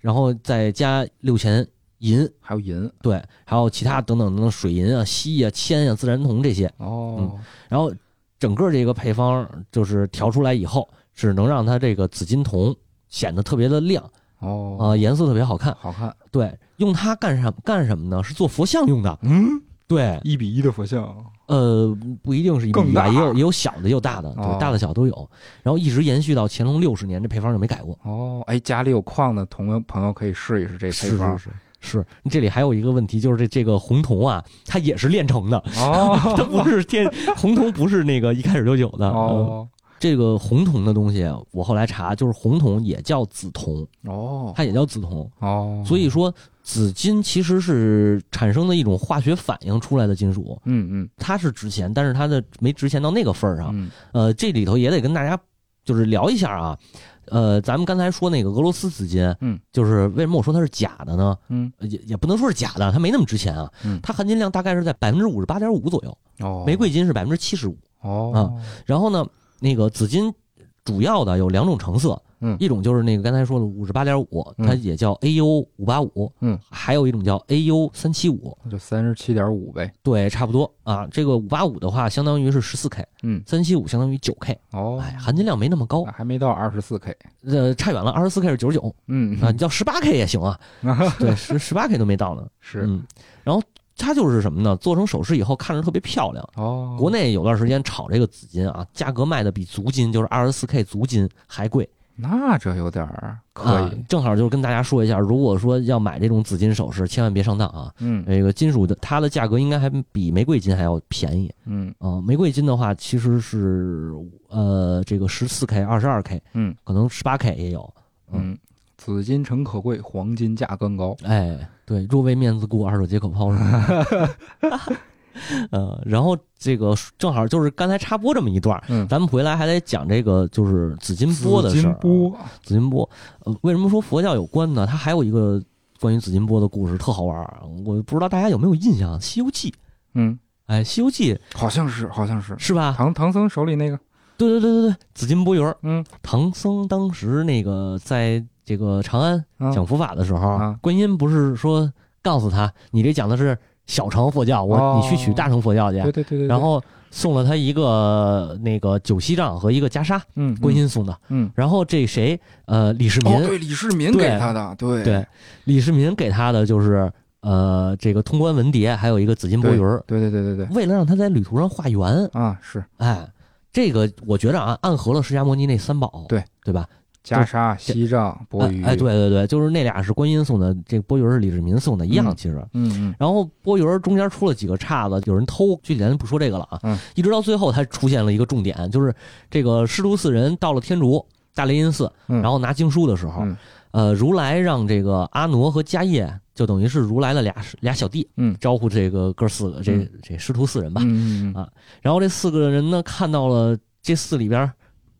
C: 然后再加六钱银，
A: 还有银，
C: 对，还有其他等等等等水银啊、锡啊、铅啊、自然铜这些，
A: 哦，
C: 然后整个这个配方就是调出来以后，是能让它这个紫金铜显得特别的亮啊、
A: 哦，
C: 颜色特别好看。
A: 好看，
C: 对，用它干什干什么呢？是做佛像用的。
A: 嗯，
C: 对，
A: 一比一的佛像，
C: 呃，不一定是一
A: 更
C: 比一吧
A: 大
C: 也有也有小的，也有大的，对
A: 哦
C: 大的小都有。然后一直延续到乾隆六十年，这配方就没改过。
A: 哦，哎，家里有矿的同朋友可以试一试这
C: 是
A: 配方
C: 是，是是，这里还有一个问题，就是这这个红铜啊，它也是炼成的，
A: 哦，
C: 它不是天红铜不是那个一开始就有的。嗯
A: 哦，
C: 这个红铜的东西，我后来查，就是红铜也叫紫铜，
A: 哦，
C: 它也叫紫铜。
A: 哦，
C: 所以说，紫金其实是产生的一种化学反应出来的金属，
A: 嗯，
C: 它是值钱，但是它的没值钱到那个份儿
A: 嗯
C: 上。
A: 嗯，
C: 呃，这里头也得跟大家就是聊一下啊。呃，咱们刚才说那个俄罗斯紫金，
A: 嗯，
C: 就是为什么我说它是假的呢？
A: 嗯，
C: 也也不能说是假的，它没那么值钱啊。
A: 嗯
C: 它含金量大概是在百分之五十八点五左右，
A: 哦，
C: 玫，瑰金是百分之七十五。
A: 哦，
C: 然后呢，那个紫金主要的有两种成色，
A: 嗯
C: 一种就是那个刚才说的五十八点五，它
A: 嗯
C: 也叫 AU 五八五，
A: 嗯，
C: 还有一种叫 AU 三七五，
A: 那就三十七点五呗，
C: 对，差不多啊。这个五八五的话，相当于是十四 K，
A: 嗯，
C: 三七五相当于九 K，
A: 哦，
C: 哎，含金量没那么高
A: 那，啊还没到二十四 K，
C: 呃，差远了，二十四 K 是九十九
A: 嗯，
C: 啊，你叫十八 K 也行啊，对，十十八 K 都没到呢，
A: 是，
C: 嗯，然后。它就是什么呢？做成首饰以后看着特别漂亮。
A: 哦，
C: 国内有段时间炒这个紫金啊，价格卖的比足金，就是二十四 K 足金还贵。
A: 那这有点儿可
C: 啊
A: 以，
C: 正好就是跟大家说一下，如果说要买这种紫金首饰，千万别上当啊！
A: 嗯
C: 这个金属的，它的价格应该还比玫瑰金还要便宜
A: 嗯
C: 啊、玫瑰金的话，其实是呃，这个十四 K、二十二 K，
A: 嗯，
C: 可能十八 K 也有。
A: 嗯，紫金诚可贵，黄金价更高，
C: 哎，对，若为面子故，二手皆可抛，是吧？ 呃，然后这个正好就是刚才插播这么一段儿，
A: 嗯，
C: 咱们回来还得讲这个就是紫金钵的
A: 紫
C: 事儿
A: 金
C: 啊。
A: 波，
C: 紫金钵。呃，为什么说佛教有关呢？它还有一个关于紫金钵的故事，特好玩儿。啊我不知道大家有没有印象，《啊西游记》。
A: 嗯，
C: 哎，《西游记》
A: 好像是，好像是
C: 是吧？
A: 唐唐僧手里那个，
C: 对对对对对，紫金钵盂儿。
A: 嗯，
C: 唐僧当时那个在这个长安
A: 啊
C: 讲佛法的时候，
A: 啊
C: 观音不是说告诉他，你这讲的是小乘佛教，我、
A: 哦
C: 你去取大乘佛教去。
A: 对对对对，对
C: 然后送了他一个那个九锡杖和一个袈裟，
A: 嗯，
C: 观音送的。
A: 嗯，嗯，
C: 然后这谁呃李世民、
A: 哦，对，李世民
C: 对
A: 给他的，对
C: 对，李世民给他的就是呃这个通关文牒，还有一个紫金钵盂儿，
A: 对对对对对，
C: 为了让他在旅途上化缘，
A: 啊，是
C: 哎，这个我觉着啊，暗合了释迦摩尼那三宝，
A: 对
C: 对吧？
A: 袈裟、西藏、钵盂，
C: 哎，哎对，对对，就是那俩是观音送的，这个钵盂儿是李世民送的，一样
A: 嗯
C: 其实。
A: 嗯嗯，
C: 然后钵盂儿中间出了几个岔子，有人偷，具体咱不说这个了啊。
A: 嗯
C: 一直到最后才出现了一个重点，就是这个师徒四人到了天竺大雷音寺，
A: 嗯
C: 然后拿经书的时候，
A: 嗯
C: 呃，如来让这个阿傩和迦叶就等于是如来的俩俩小弟，
A: 嗯
C: 招呼这个哥四个这、
A: 嗯
C: 这师徒四人吧。
A: 嗯嗯嗯
C: 啊然后这四个人呢，看到了这寺里边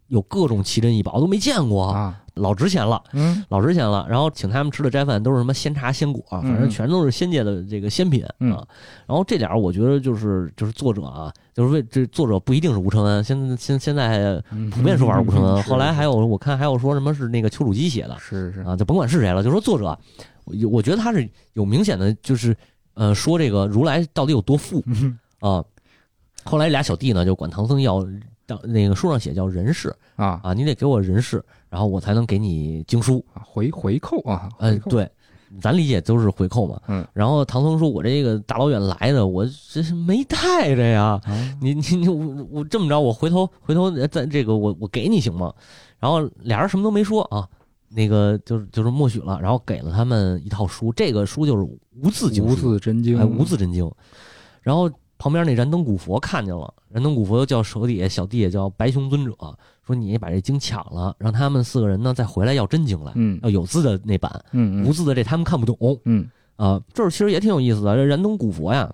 C: 有各种奇珍异宝，都没见过，
A: 啊，
C: 老值钱了。
A: 嗯
C: 老值钱了。然后请他们吃的斋饭都是什么鲜茶、鲜果，啊
A: 嗯
C: 反正全都是仙界的这个仙品啊。
A: 嗯
C: 然后这点儿我觉得就是就是作者啊，就是为这作者不一定是吴承恩，现在现现在
A: 嗯，
C: 普遍说法是吴承恩。
A: 嗯
C: 后来还有我看还有说什么是那个丘处机写的
A: 是是是
C: 啊，就甭管是谁了，就说作者，我我觉得他是有明显的就是呃说这个如来到底有多富
A: 嗯
C: 啊。后来俩小弟呢就管唐僧要。当那个书上写叫人事
A: 啊，
C: 啊，你得给我人事，然后我才能给你经书。
A: 回回扣啊，
C: 嗯
A: 回，扣，
C: 对，咱理解都是回扣嘛。
A: 嗯。
C: 然后唐僧说：“我这个大老远来的，我这是没带着呀。
A: 啊
C: 你你你我我这么着，我回头回头咱这个我我给你行吗？”然后俩人什么都没说啊，那个就是就是默许了，然后给了他们一套书，这个书就是无字经
A: 无
C: 书
A: 字真经，
C: 哎，无字真经。然后旁边那燃灯古佛看见了，燃灯古佛叫手底下小弟也叫白熊尊者，说你把这经抢了，让他们四个人呢再回来要真经来，
A: 嗯
C: 要有字的那版。
A: 嗯
C: 无
A: 嗯
C: 字的这他们看不懂
A: 嗯
C: 啊。这儿其实也挺有意思的，这燃灯古佛呀，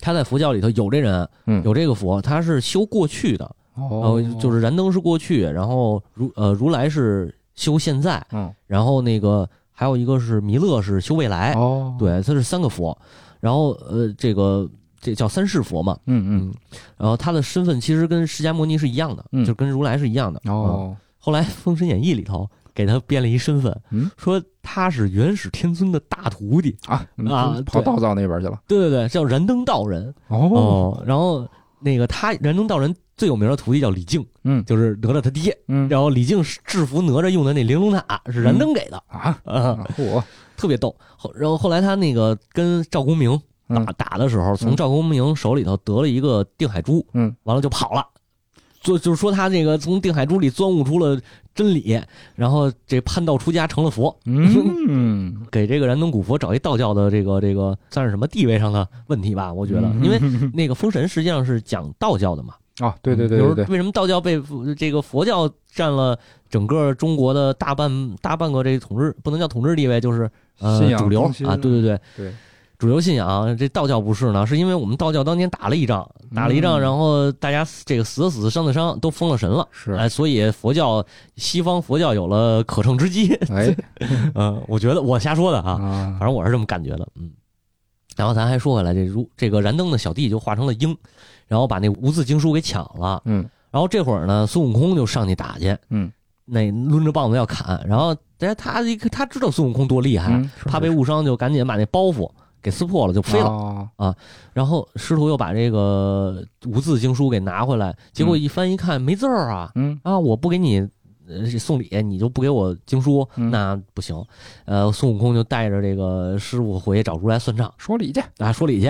C: 他在佛教里头有这人，
A: 嗯
C: 有这个佛，他是修过去的，然后
A: 哦，
C: 就是燃灯是过去，然后如呃如来是修现在，
A: 嗯
C: 然后那个还有一个是弥勒是修未来，
A: 哦，，
C: 哎对，它是三个佛，然后呃这个这叫三世佛嘛，
A: 嗯
C: 然后他的身份其实跟释迦牟尼是一样的，
A: 嗯
C: 就跟如来是一样的。
A: 嗯，哦，
C: 嗯后来《封神演义》里头给他变了一身份，
A: 嗯
C: 说他是元始天尊的大徒弟，
A: 啊，你
C: 啊
A: 跑
C: 对
A: 道教那边去了，
C: 对对对，叫燃灯道人。
A: 哦，
C: 哦，然后那个他燃灯道人最有名的徒弟叫李靖，
A: 嗯
C: 就是哪吒他爹。
A: 嗯
C: 然后李靖是制服哪吒用的那玲珑塔是燃灯给的，
A: 啊，
C: 啊，
A: 我
C: 特别逗。后然后后来他那个跟赵公明打、
A: 嗯
C: 打的时候，从
A: 嗯
C: 赵公明手里头得了一个定海珠，
A: 嗯，
C: 完了就跑了。就就是说他这个从定海珠里钻悟出了真理，然后这叛道出家成了佛，
A: 嗯，
C: 给这个燃灯古佛找一道教的这个这个算是什么地位上的问题吧？我觉得，
A: 嗯
C: 因为那个封神实际上是讲道教的嘛，
A: 啊，对对对
C: 比
A: 对
C: 如
A: 对，
C: 为什么道教被佛这个佛教占了整个中国的大半大半个这统治，不能叫统治地位，就是呃
A: 信仰
C: 主流
A: 中心
C: 啊，对对对，
A: 对，
C: 主流信仰。这道教不是呢，是因为我们道教当年打了一仗，打了一仗，
A: 嗯
C: 然后大家死这个死的死，伤的伤，都封了神了。
A: 是，
C: 哎，所以佛教西方佛教有了可乘之机。
A: 哎
C: 嗯，我觉得我瞎说的啊，
A: 啊
C: 反，正我是这么感觉的，嗯。然后咱还说回来，这如这个燃灯的小弟就化成了鹰，然后把那无字经书给抢了，
A: 嗯
C: 然后这会儿呢，孙悟空就上去打去，
A: 嗯，
C: 那抡着棒子要砍，然后但他一看他知道孙悟空多厉害，
A: 嗯，
C: 怕被误伤，就赶紧把那包袱给撕破了，就飞了。
A: 了，
C: 然后师徒又把这个无字经书给拿回来，结果一翻一看、没字儿啊，
A: 嗯
C: 啊，我不给你呃送礼，你就不给我经书，
A: 嗯
C: 那不行。呃，孙悟空就带着这个师傅回去找如来算账，
A: 说理去，
C: 啊，说理去。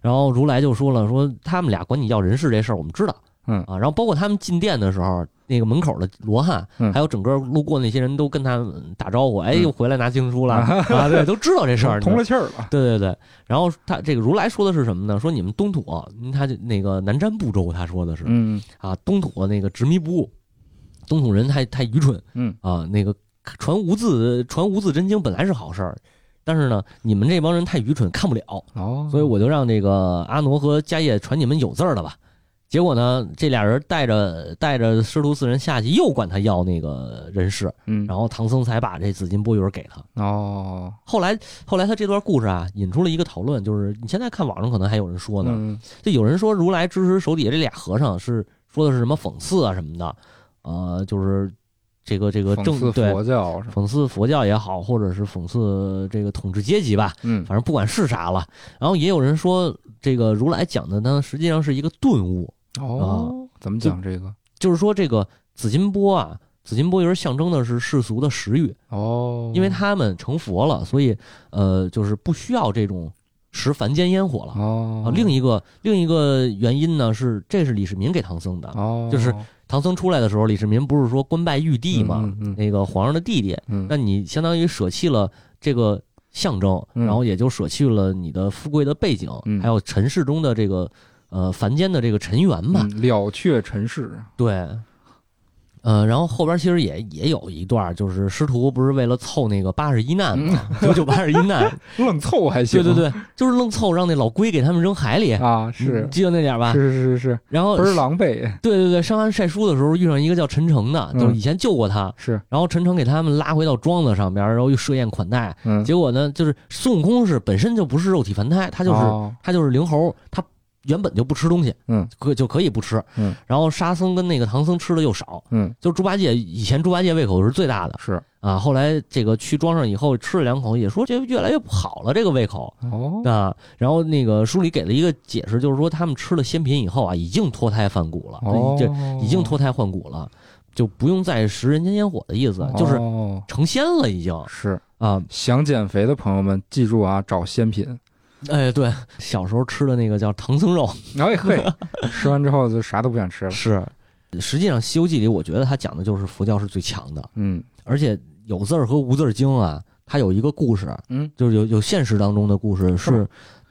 C: 然后如来就说了，说他们俩管你要人事这事儿，我们知道，
A: 嗯
C: 啊，然后包括他们进店的时候，那个门口的罗汉，
A: 嗯
C: 还有整个路过那些人都跟他们打招呼，哎，
A: 嗯
C: 又回来拿经书了、啊，对，都知道这事 儿，你知道
A: 通
C: 吗
A: 了气儿了，
C: 对对对，然后他这个如来说的是什么呢？说你们东土，嗯他就那个南瞻部洲，他说的是，
A: 嗯
C: 啊，东土那个执迷不悟，东土人太太愚蠢
A: 嗯
C: 啊。那个传无字传无字真经本来是好事儿，但是呢，你们这帮人太愚蠢，看不了，
A: 哦，
C: 所以我就让这个阿傩和迦叶传你们有字儿的吧。结果呢，这俩人带着带着师徒四人下去，又管他要那个人事，
A: 嗯
C: 然后唐僧才把这紫金钵盂儿给他。
A: 哦，
C: 后来，后来他这段故事啊，引出了一个讨论，就是你现在看网上可能还有人说呢，
A: 嗯
C: 就有人说如来支持手底下这俩和尚是说的是什么讽刺啊什么的，呃，就是这个这个
A: 讽
C: 正
A: 刺
C: 对
A: 佛教是吧？
C: 讽刺佛教也好，或者是讽刺这个统治阶级吧，
A: 嗯
C: 反正不管是啥了。然后也有人说这个如来讲的呢，实际上是一个顿悟，
A: 哦，怎么讲这个？
C: 就是说这个紫金钵啊，紫金钵也是象征的是世俗的食欲，
A: 哦，
C: 因为他们成佛了，所以呃，就是不需要这种食凡间烟火了。
A: 哦
C: 啊，，另一个另一个原因呢是，这是李世民给唐僧的，
A: 哦
C: 就是唐僧出来的时候，李世民不是说官拜玉帝吗？
A: 嗯嗯嗯
C: 那个皇上的弟弟，
A: 嗯
C: 那你相当于舍弃了这个象征，
A: 嗯
C: 然后也就舍弃了你的富贵的背景，
A: 嗯
C: 还有尘世中的这个呃凡间的这个尘缘吧。
A: 嗯了却尘世，
C: 对，呃，然后后边其实也也有一段，就是师徒不是为了凑那个八十一难吗？
A: 嗯
C: 九九八十一 难，
A: 愣凑还行，
C: 对对对，就是愣凑让那老龟给他们扔海里，
A: 啊，是
C: 你记得那点儿吧？
A: 是是是是，
C: 然后
A: 倍儿狼狈，
C: 对对对，上岸晒书的时候遇上一个叫陈诚的，
A: 嗯
C: 就是以前救过他，
A: 是
C: 然后陈诚给他们拉回到庄子上边，然后又设宴款待。
A: 嗯，
C: 结果呢，就是孙悟空是本身就不是肉体凡胎，他就是、
A: 哦
C: 他就是灵猴，他原本就不吃东西，
A: 嗯，
C: 可就可以不吃。
A: 嗯，
C: 然后沙僧跟那个唐僧吃的又少，
A: 嗯
C: 就是猪八戒以前猪八戒胃口是最大的
A: 是
C: 啊，后来这个去庄上以后吃了两口，也说这越来越不好了，这个胃口。
A: 哦
C: 啊，然后那个书里给了一个解释，就是说他们吃了仙品以后啊，已经脱胎换骨了，
A: 哦，
C: 这已经脱胎换骨了，就不用再食人间烟火的意思，就是
A: 哦
C: 成仙了已经
A: 是
C: 啊。
A: 想减肥的朋友们记住啊，找鲜品，
C: 哎，对，小时候吃的那个叫唐僧肉
A: 哎嘿， 吃完之后就啥都不想吃了，
C: 是，实际上《西游记》里，我觉得他讲的就是佛教是最强的，
A: 嗯
C: 而且有字儿和无字儿经啊，它有一个故事，
A: 嗯，
C: 就是有有现实当中的故事
A: 吗
C: 是，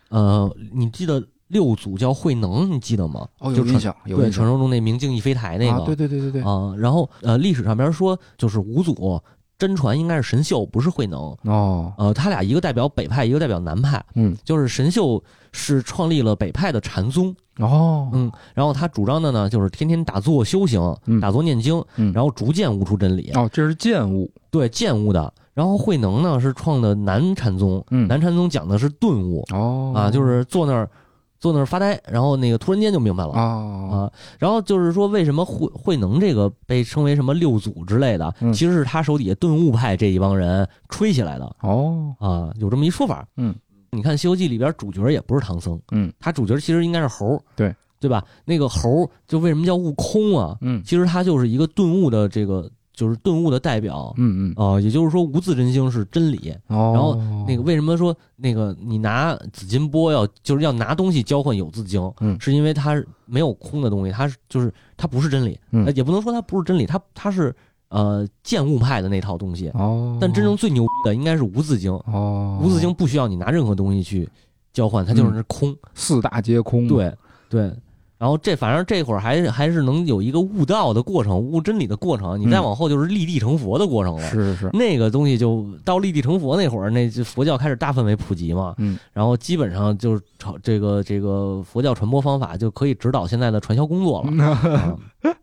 C: 呃，你记得六祖叫慧能，你记得吗？
A: 哦
C: 就
A: 有
C: 传
A: 印象，有
C: 对，
A: 印
C: 传
A: 象，啊
C: 说中那明镜一飞台那个，哦
A: 啊对对对对对，
C: 啊，然后呃，历史上边说就是五祖真传应该是神秀，不是慧能。
A: 哦，
C: 呃，他俩一个代表北派，一个代表南派。
A: 嗯，
C: 就是神秀是创立了北派的禅宗，
A: 哦，
C: 嗯，然后他主张的呢就是天天打坐修行，
A: 嗯
C: 打坐念经，
A: 嗯
C: 然后逐渐悟出真理，
A: 哦，这是剑悟，
C: 对剑悟的。然后慧能呢是创的南禅宗，
A: 嗯
C: 南禅宗讲的是顿悟、
A: 哦，
C: 啊，就是坐那儿坐那儿发呆，然后那个突然间就明白了。
A: 哦，
C: 啊，然后就是说，为什么慧慧能这个被称为什么六祖之类的，
A: 嗯
C: 其实是他手底下顿悟派这一帮人吹起来的
A: 哦，
C: 啊，有这么一说法。
A: 嗯，
C: 你看《西游记》里边主角也不是唐僧，
A: 嗯，
C: 他主角其实应该是猴儿，
A: 对
C: 对吧？那个猴儿就为什么叫悟空啊？
A: 嗯
C: 其实他就是一个顿悟的这个，就是顿悟的代表。
A: 嗯嗯，
C: 啊、也就是说，无字真经是真理。
A: 哦，
C: 然后那个为什么说那个你拿紫金钵要就是要拿东西交换有字经，
A: 嗯
C: 是因为它没有空的东西，它是就是它不是真理，
A: 嗯
C: 呃也不能说它不是真理，它它是呃见悟派的那套东西。
A: 哦，
C: 但真正最牛逼的应该是无字经，
A: 哦，
C: 无字经不需要你拿任何东西去交换，它
A: 嗯
C: 就是空。
A: 四大皆空，，
C: 对对。然后这反正这会儿还还是能有一个悟道的过程，悟真理的过程。你再
A: 嗯
C: 往后就是立地成佛的过程了。
A: 是是嗯是，
C: 那个东西就到立地成佛那会儿，那就佛教开始大范围普及嘛，
A: 嗯，
C: 然后基本上就是朝这个这个佛教传播方法就可以指导现在的传销工 作了。啊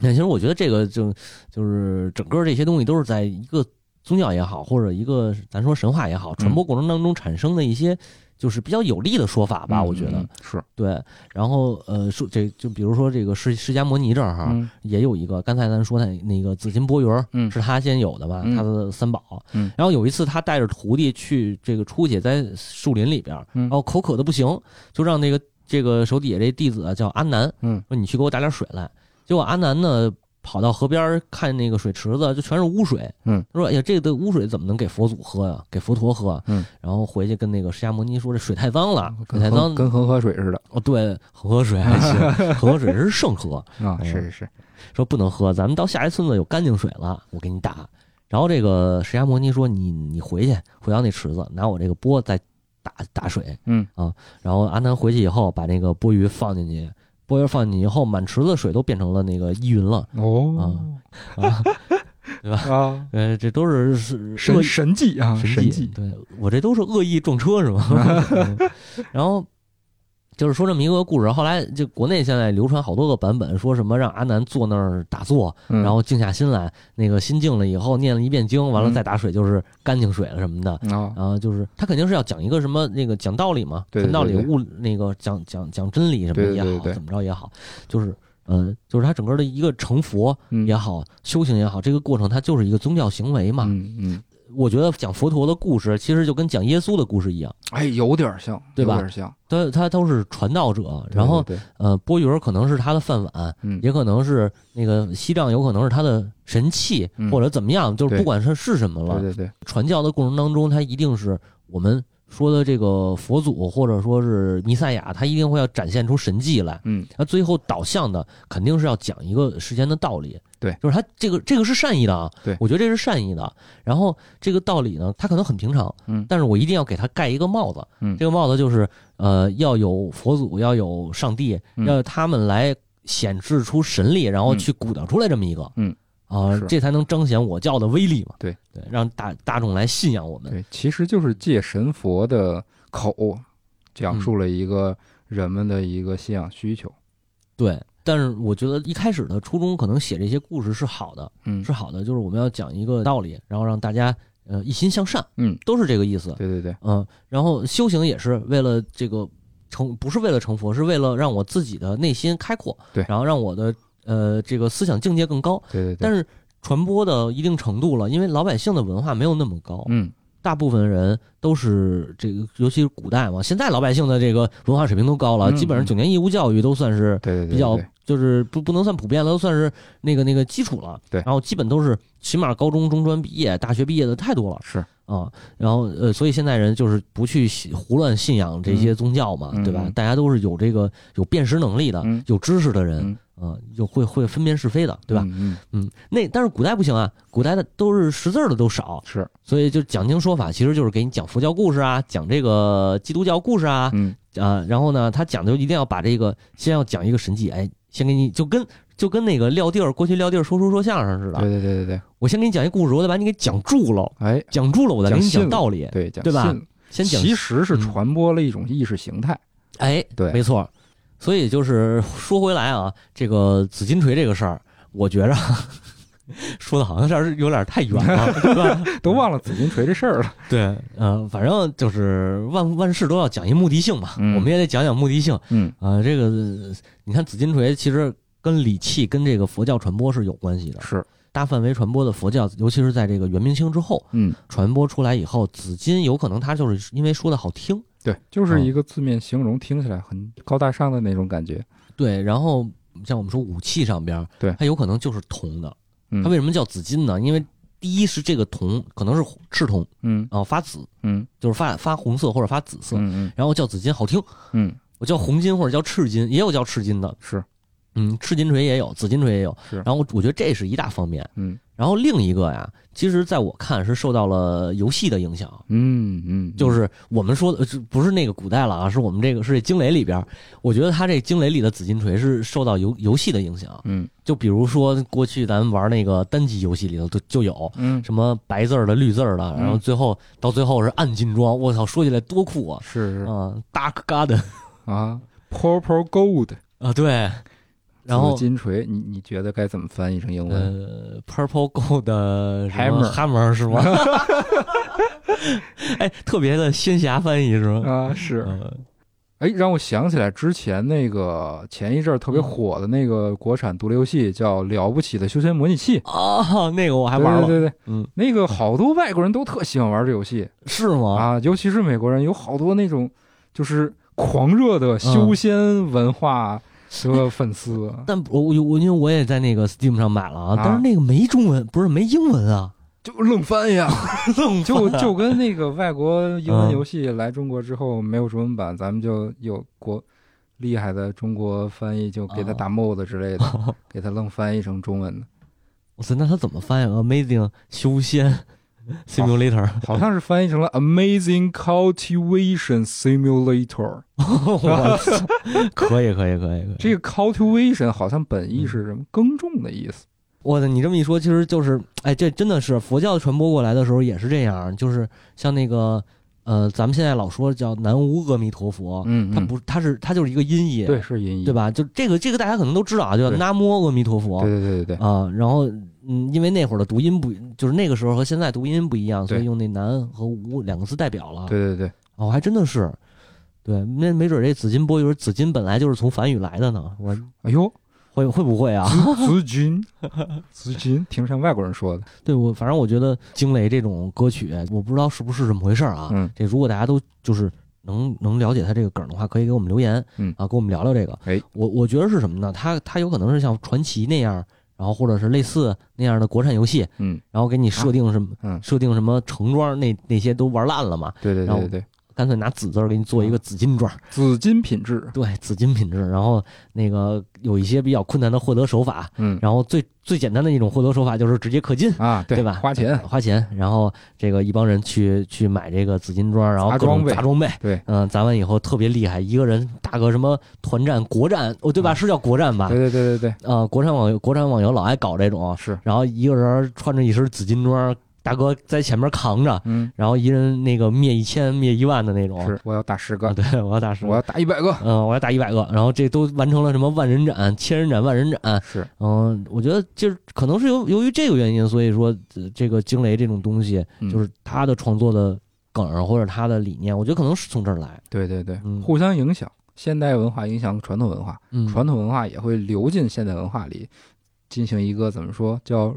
C: 那、其实我觉得这个就就是整个这些东西都是在一个宗教也好，或者一个咱说神话也好，传播过程当中产生的一些就是比较有利的说法吧，
A: 嗯
C: 我觉得
A: 嗯是，
C: 对。然后呃，说这就比如说这个释释迦摩尼这儿哈，
A: 嗯
C: 也有一个，刚才咱说的那个紫金钵盂儿，
A: 嗯
C: 是他先有的吧？
A: 嗯
C: 他的三宝。
A: 嗯
C: 然后有一次他带着徒弟去这个出去，在树林里边儿，
A: 嗯
C: 然后口渴的不行，就让那个这个手底下这弟子啊叫阿南，
A: 嗯，
C: 说你去给我打点水来。结果阿南呢跑到河边儿看那个水池子，就全是污水。
A: 嗯，
C: 他说：“哎呀，这个污水怎么能给佛祖喝呀、啊给佛陀喝？”
A: 嗯，
C: 然后回去跟那个释迦摩尼说：“这水太脏了，水
A: 跟
C: 太
A: 恒
C: 脏。”
A: 跟恒河水似的
C: 哦，对，恒河水还行， 恒河水是圣河。
A: 啊，
C: 嗯
A: 是是是，
C: 说不能喝，咱们到下一村子有干净水了，我给你打。然后这个释迦摩尼说：“你你回去，回到那池子，拿我这个钵再打打水。”
A: 嗯
C: 啊，然后阿南回去以后，把那个钵盂放进去，钵盂放进去以后，满池子的水都变成了那个依云了。
A: 哦
C: 啊，
A: 啊，
C: 呃，这都是是恶
A: 神
C: 意
A: 神迹啊，
C: 神
A: 神
C: 迹，
A: 迹，
C: 对我这都是恶意撞 车是吗？嗯然后就是说这么一个故事，后来就国内现在流传好多个版本，说什么让阿南坐那儿打坐，
A: 然
C: 然后静下心来，那个心静了以后念了一遍经，完了
A: 嗯
C: 再打水就是干净水了什么的。
A: 啊，
C: 然后就是他肯定是要讲一个什么那个讲道理嘛，
A: 对
C: 讲道理
A: 对对
C: 悟那个讲讲讲真理什么
A: 对对
C: 也好，
A: 对对
C: 怎么着也好，就是呃，就是他整个的一个成佛
A: 嗯
C: 也好，修行也好，这个过程它就是一个宗教行为嘛。
A: 嗯嗯，
C: 我觉得讲佛陀的故事其实就跟讲耶稣的故事一样，
A: 哎，有点像，
C: 对吧
A: 有点像，
C: 他他都是传道者，然后
A: 对对对
C: 呃，钵盂儿可能是他的饭碗，
A: 嗯，
C: 也可能是那个西藏，有可能是他的神器，
A: 嗯
C: 或者怎么样，就是
A: 对
C: 不管是是什么
A: 对
C: 了。
A: 对对，
C: 传教的过程当中，他一定是我们说的这个佛祖，或者说是弥赛亚，他一定会要展现出神迹来。
A: 嗯
C: 那最后导向的肯定是要讲一个世间的道理，
A: 对
C: 就是他这个这个是善意的啊，
A: 对
C: 我觉得这是善意的。然后这个道理呢，它可能很平常，
A: 嗯
C: 但是我一定要给他盖一个帽子，
A: 嗯
C: 这个帽子就是呃，要有佛祖，要有上帝，
A: 嗯
C: 要他们来显示出神力，然后
A: 嗯
C: 去鼓捣出来这么一个，
A: 嗯
C: 啊、
A: 是
C: 这才能彰显我教的威力嘛，
A: 对
C: 对，让大大众来信仰我们，
A: 对，其实就是借神佛的口
C: 嗯
A: 讲述了一个人们的一个信仰需求，
C: 对。但是我觉得一开始的初衷可能写这些故事是好的，
A: 嗯
C: 是好的，就是我们要讲一个道理，然后让大家呃一心向善，
A: 嗯，
C: 都是这个意思。
A: 对对对，
C: 嗯，然后修行也是为了这个成，不是为了成佛，是为了让我自己的内心开阔，
A: 对
C: 然后让我的呃这个思想境界更高。
A: 对对对，
C: 但是传播的一定程度了，因为老百姓的文化没有那么高，
A: 嗯
C: 大部分人都是这个，尤其是古代嘛，现在老百姓的这个文化水平都高了，
A: 嗯
C: 基本上
A: 嗯
C: 九年义务教育都算是
A: 对对对，
C: 比较
A: 对
C: 就是不不能算普遍了，都算是那个那个基础了。
A: 对
C: 然后基本都是起码高中、中专毕业、大学毕业的太多了
A: 是
C: 啊。然后呃，所以现在人就是不去信胡乱信仰这些宗教嘛，
A: 嗯
C: 对吧？
A: 嗯
C: 大家都是有这个有辨识能力的，
A: 嗯
C: 有知识的人，
A: 嗯
C: 啊，有会会分辨是非的，对吧？
A: 嗯嗯
C: 嗯，那但是古代不行啊，古代的都是识字儿的都少，
A: 是，
C: 所以就讲经说法，其实就是给你讲佛教故事啊，讲这个基督教故事啊，
A: 嗯
C: 啊，然后呢，他讲究一定要把这个先要讲一个神迹，哎，先给你就跟就跟那个撂地儿过去撂地儿说书说相声似
A: 对
C: 的。
A: 对对对对，
C: 我先给你讲一故事，我得把你给讲住了，
A: 哎，
C: 讲住了我再给你
A: 讲信
C: 讲
A: 了
C: 道理，
A: 对，讲
C: 对吧
A: 信
C: 先讲
A: 其实是
C: 嗯
A: 传播了一种意识形态，
C: 哎，
A: 对
C: 没错。所以就是说回来啊，这个紫金锤这个事儿，我觉着 说的好像是有点太远了，对吧？
A: 都忘了紫金锤这事 儿了。
C: 对，呃，反正就是万万事都要讲一目的性嘛，
A: 嗯
C: 我们也得讲讲目的性。
A: 嗯，
C: 啊。这个你看紫金锤其实跟礼器跟这个佛教传播是有关系的，
A: 是，
C: 大范围传播的佛教，尤其是在这个元明清之后
A: 嗯，
C: 传播出来以后，紫金有可能它就是因为说的好听，
A: 对，就是
C: 嗯
A: 一个字面形容，听起来很高大上的那种感觉。
C: 对，然后像我们说武器上边儿，
A: 对
C: 它有可能就是铜的。
A: 嗯
C: 它为什么叫紫金呢？因为第一是这个铜可能是赤铜
A: 嗯
C: 啊、发紫，
A: 嗯
C: 就是发发红色或者发紫色，
A: 嗯嗯
C: 然后叫紫金好听，
A: 嗯，
C: 我叫红金或者叫赤金，也有叫赤金的，
A: 是，
C: 嗯，赤金锤也有，紫金锤也有。
A: 是
C: 然后我我觉得这是一大方面。
A: 嗯
C: 然后另一个呀，其实在我看是受到了游戏的影响，
A: 嗯嗯，
C: 就是我们说的，这不是那个古代了啊，是我们这个是这惊雷里边儿，我觉得他这惊雷里的紫金锤是受到游游戏的影响，
A: 嗯
C: 就比如说过去咱们玩那个单机游戏里头就就有
A: 嗯
C: 什么白字儿的、绿字儿的，
A: 嗯
C: 然后最后到最后是暗金装，我操，说起来多酷啊！
A: 是是
C: 啊，Dark Garden
A: 啊，Purple Gold，
C: 啊，对，然后
A: 紫金锤，你你觉得该怎么翻译成英文？
C: 呃，Purple Gold 的什么
A: Hammer
C: Hammer 是吗？哎，特别的仙侠翻译是吗？
A: 啊，是，
C: 呃
A: 哎，让我想起来之前那个前一阵儿特别火的那个国产独立游戏，叫《了不起的修仙模拟器》，
C: 哦，那个我还玩了，
A: 对对对，
C: 嗯，
A: 那个好多外国人都特喜欢玩这游戏
C: 是吗？
A: 啊，尤其是美国人，有好多那种就是狂热的修仙文化的粉丝。
C: 但我我我因为我也在那个 Steam 上买了啊，
A: 啊
C: 但是那个没中文，不是没英文 啊，
A: 就愣翻呀，嗯
C: 愣
A: 就
C: 翻
A: 就跟那个外国英文游戏来中国之后没有中文版，咱们就有国厉害的中国翻译，就给他打帽子之类的， 给他愣翻译成中文的，
C: 我操，那他怎么翻译？Amazing 修仙 simulator，
A: 好像是翻译成了 Amazing Cultivation Simulator。哦
C: 我操，可以可以可以可以。
A: 这个 cultivation 好像本
C: 嗯
A: 意是什么耕种的意思。
C: 我操，你这么一说，其实就是，哎，这真的是佛教传播过来的时候也是这样，就是像那个，呃，咱们现在老说叫南无阿弥陀佛，
A: 嗯
C: 哦它不，它是它就是一个音译，
A: 对，是音译，
C: 对？吧？就这个这个大家可能都知道啊，就叫
A: 对
C: 南无阿弥陀佛，
A: 对对对对对，
C: 啊，然后嗯，因为那会儿的读音不，就是那个时候和现在读音不一样，所以
A: 对
C: 用那“南”和“无”两个字代表了。，
A: 对对对，
C: 哦，还真的是，对，那没准这紫金钵盂儿，紫金本来就是从梵语来的呢。我
A: 哎 呦，
C: 会会不会啊？
A: 资金，资金，听像外国人说的，
C: 对我，反正我觉得《惊雷》这种歌曲，我不知道是不是这么回事儿啊。
A: 嗯
C: 这如果大家都就是能能了解它这个梗儿的话，可以给我们留言，
A: 嗯
C: 啊，跟我们聊聊这个。
A: 哎，
C: 我我觉得是什么呢？它它有可能是像传奇那样，然后或者是类似那样的国产游戏，
A: 嗯，
C: 然后给你设定什么、
A: 嗯
C: 设定什么橙装那那些都玩烂了嘛，
A: 对对
C: 然
A: 对
C: 后
A: 对对，
C: 干脆拿紫字儿给你做一个紫金装，
A: 紫金品质，
C: 对，紫金品质。然后那个有一些比较困难的获得手法，
A: 嗯
C: 然后最最简单的一种获得手法就是直接氪金。
A: 啊，
C: 对
A: 对
C: 吧？
A: 花钱
C: 呃，花钱，然后这个一帮人去去买这个紫金装，然后各种
A: 砸装备
C: 砸装备，
A: 对，
C: 嗯、砸完以后特别厉害，一个人打个什么团战、国战，哦，对吧？是叫国战吧
A: 嗯对？对对对对，
C: 呃，国产网游，国产网游老爱搞这种，
A: 是，
C: 然后一个人穿着一身紫金装，大哥在前面扛着，
A: 嗯，
C: 然后一人那个灭一千、灭一万的那种。
A: 是，我要打十
C: 啊，
A: 个，
C: 对，我要打十
A: 我
C: 个，
A: 要打一百个，
C: 嗯、我要打一百个，然后这都完成了什么万人斩、千人斩、万人斩，
A: 是，
C: 嗯、我觉得就是可能是由由于这个原因，所以说、呃这个惊雷这种东西，
A: 嗯
C: 就是他的创作的梗儿或者他的理念，我觉得可能是从这儿来，
A: 对对对
C: 嗯，
A: 互相影响，现代文化影响传统文化，
C: 嗯，
A: 传统文化也会流进现代文化里，进行一个怎么说叫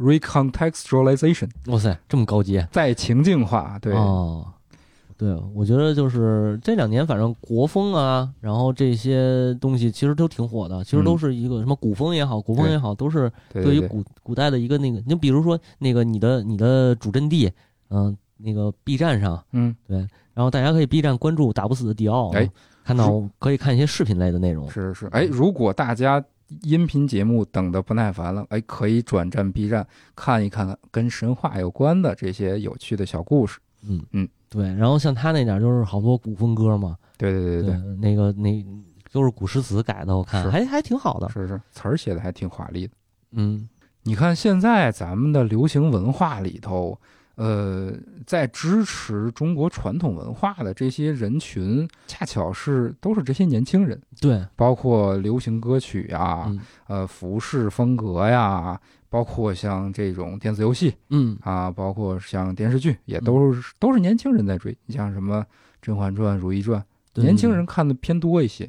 A: recontextualization，
C: 哇塞，这么高级，
A: 再情境化，对，
C: 哦，对，我觉得就是这两年，反正国风啊，然后这些东西其实都挺火的，其实都
A: 嗯
C: 是一个什么古风也好，国风也好，都是
A: 对
C: 对于
A: 对
C: 古古代的一个那个，你比如说那个你的你的主阵地，嗯、那个 B 站上，
A: 嗯，
C: 然后大家可以 B 站关注打不死的迪奥，
A: 哎，
C: 看到可以看一些视频类的内容，
A: 是是是，哎，如果大家音频节目等的不耐烦了，哎，可以转战 B 站看一看跟神话有关的这些有趣的小故事。
C: 嗯
A: 嗯，
C: 对，然后像他那点儿就是好多古风歌嘛，
A: 对对对对对，
C: 那个那都是古诗词改的，我看
A: 是
C: 还还挺好的。
A: 是是，词儿写的还挺华丽的。
C: 嗯
A: 你看现在咱们的流行文化里头，呃，在支持中国传统文化的这些人群，恰巧是都是这些年轻人，
C: 对，
A: 包括流行歌曲啊，
C: 嗯
A: 呃，服饰风格呀，包括像这种电子游戏
C: 嗯
A: 啊，包括像电视剧，也都是、都是年轻人在追。你像什么《甄嬛传》《如懿传》，
C: 对
A: 年轻人看的偏多一些。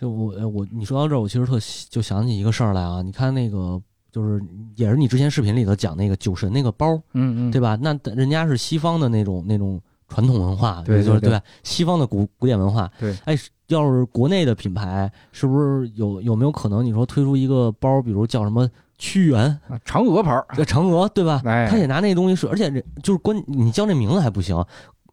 C: 就我呃我你说到这儿，我其实特喜就想起一个事儿来啊。你看那个就是也是你之前视频里头讲那个酒神那个包，
A: 嗯嗯，
C: 对吧？那人家是西方的那种那种传统文化，
A: 对对
C: 就是
A: 对
C: 对吧？西方的古古典文化，
A: 对
C: 哎，是要是国内的品牌，是不是有有没有可能你说推出一个包，比如叫什么屈原、
A: 啊嫦娥牌儿，
C: 这嫦娥，对吧？
A: 哎
C: 他也拿那东西说，而且这就是关你叫这名字还不行，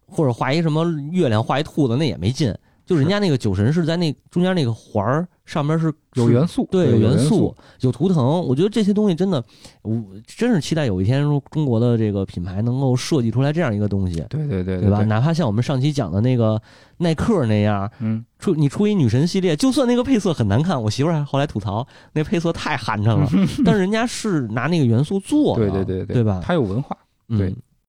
C: 或者画一什么月亮，画一兔子，那也没劲。就人家那个酒神是在那中间那个环儿上面是
A: 有元素，
C: 对，
A: 有
C: 有元
A: 素
C: 素，，有图腾。我觉得这些东西真的，我真是期待有一天说中国的这个品牌能够设计出来这样一个东西，
A: 对对对
C: 对吧？？哪怕像我们上期讲的那个耐克那样，
A: 嗯，
C: 出你出一女神系列，就算那个配色很难看，我媳妇儿还后来吐槽那配 色太寒碜了，但是人家是拿那个元素做的，
A: 对对对
C: 对吧？
A: 它有文化，
C: 嗯
A: 对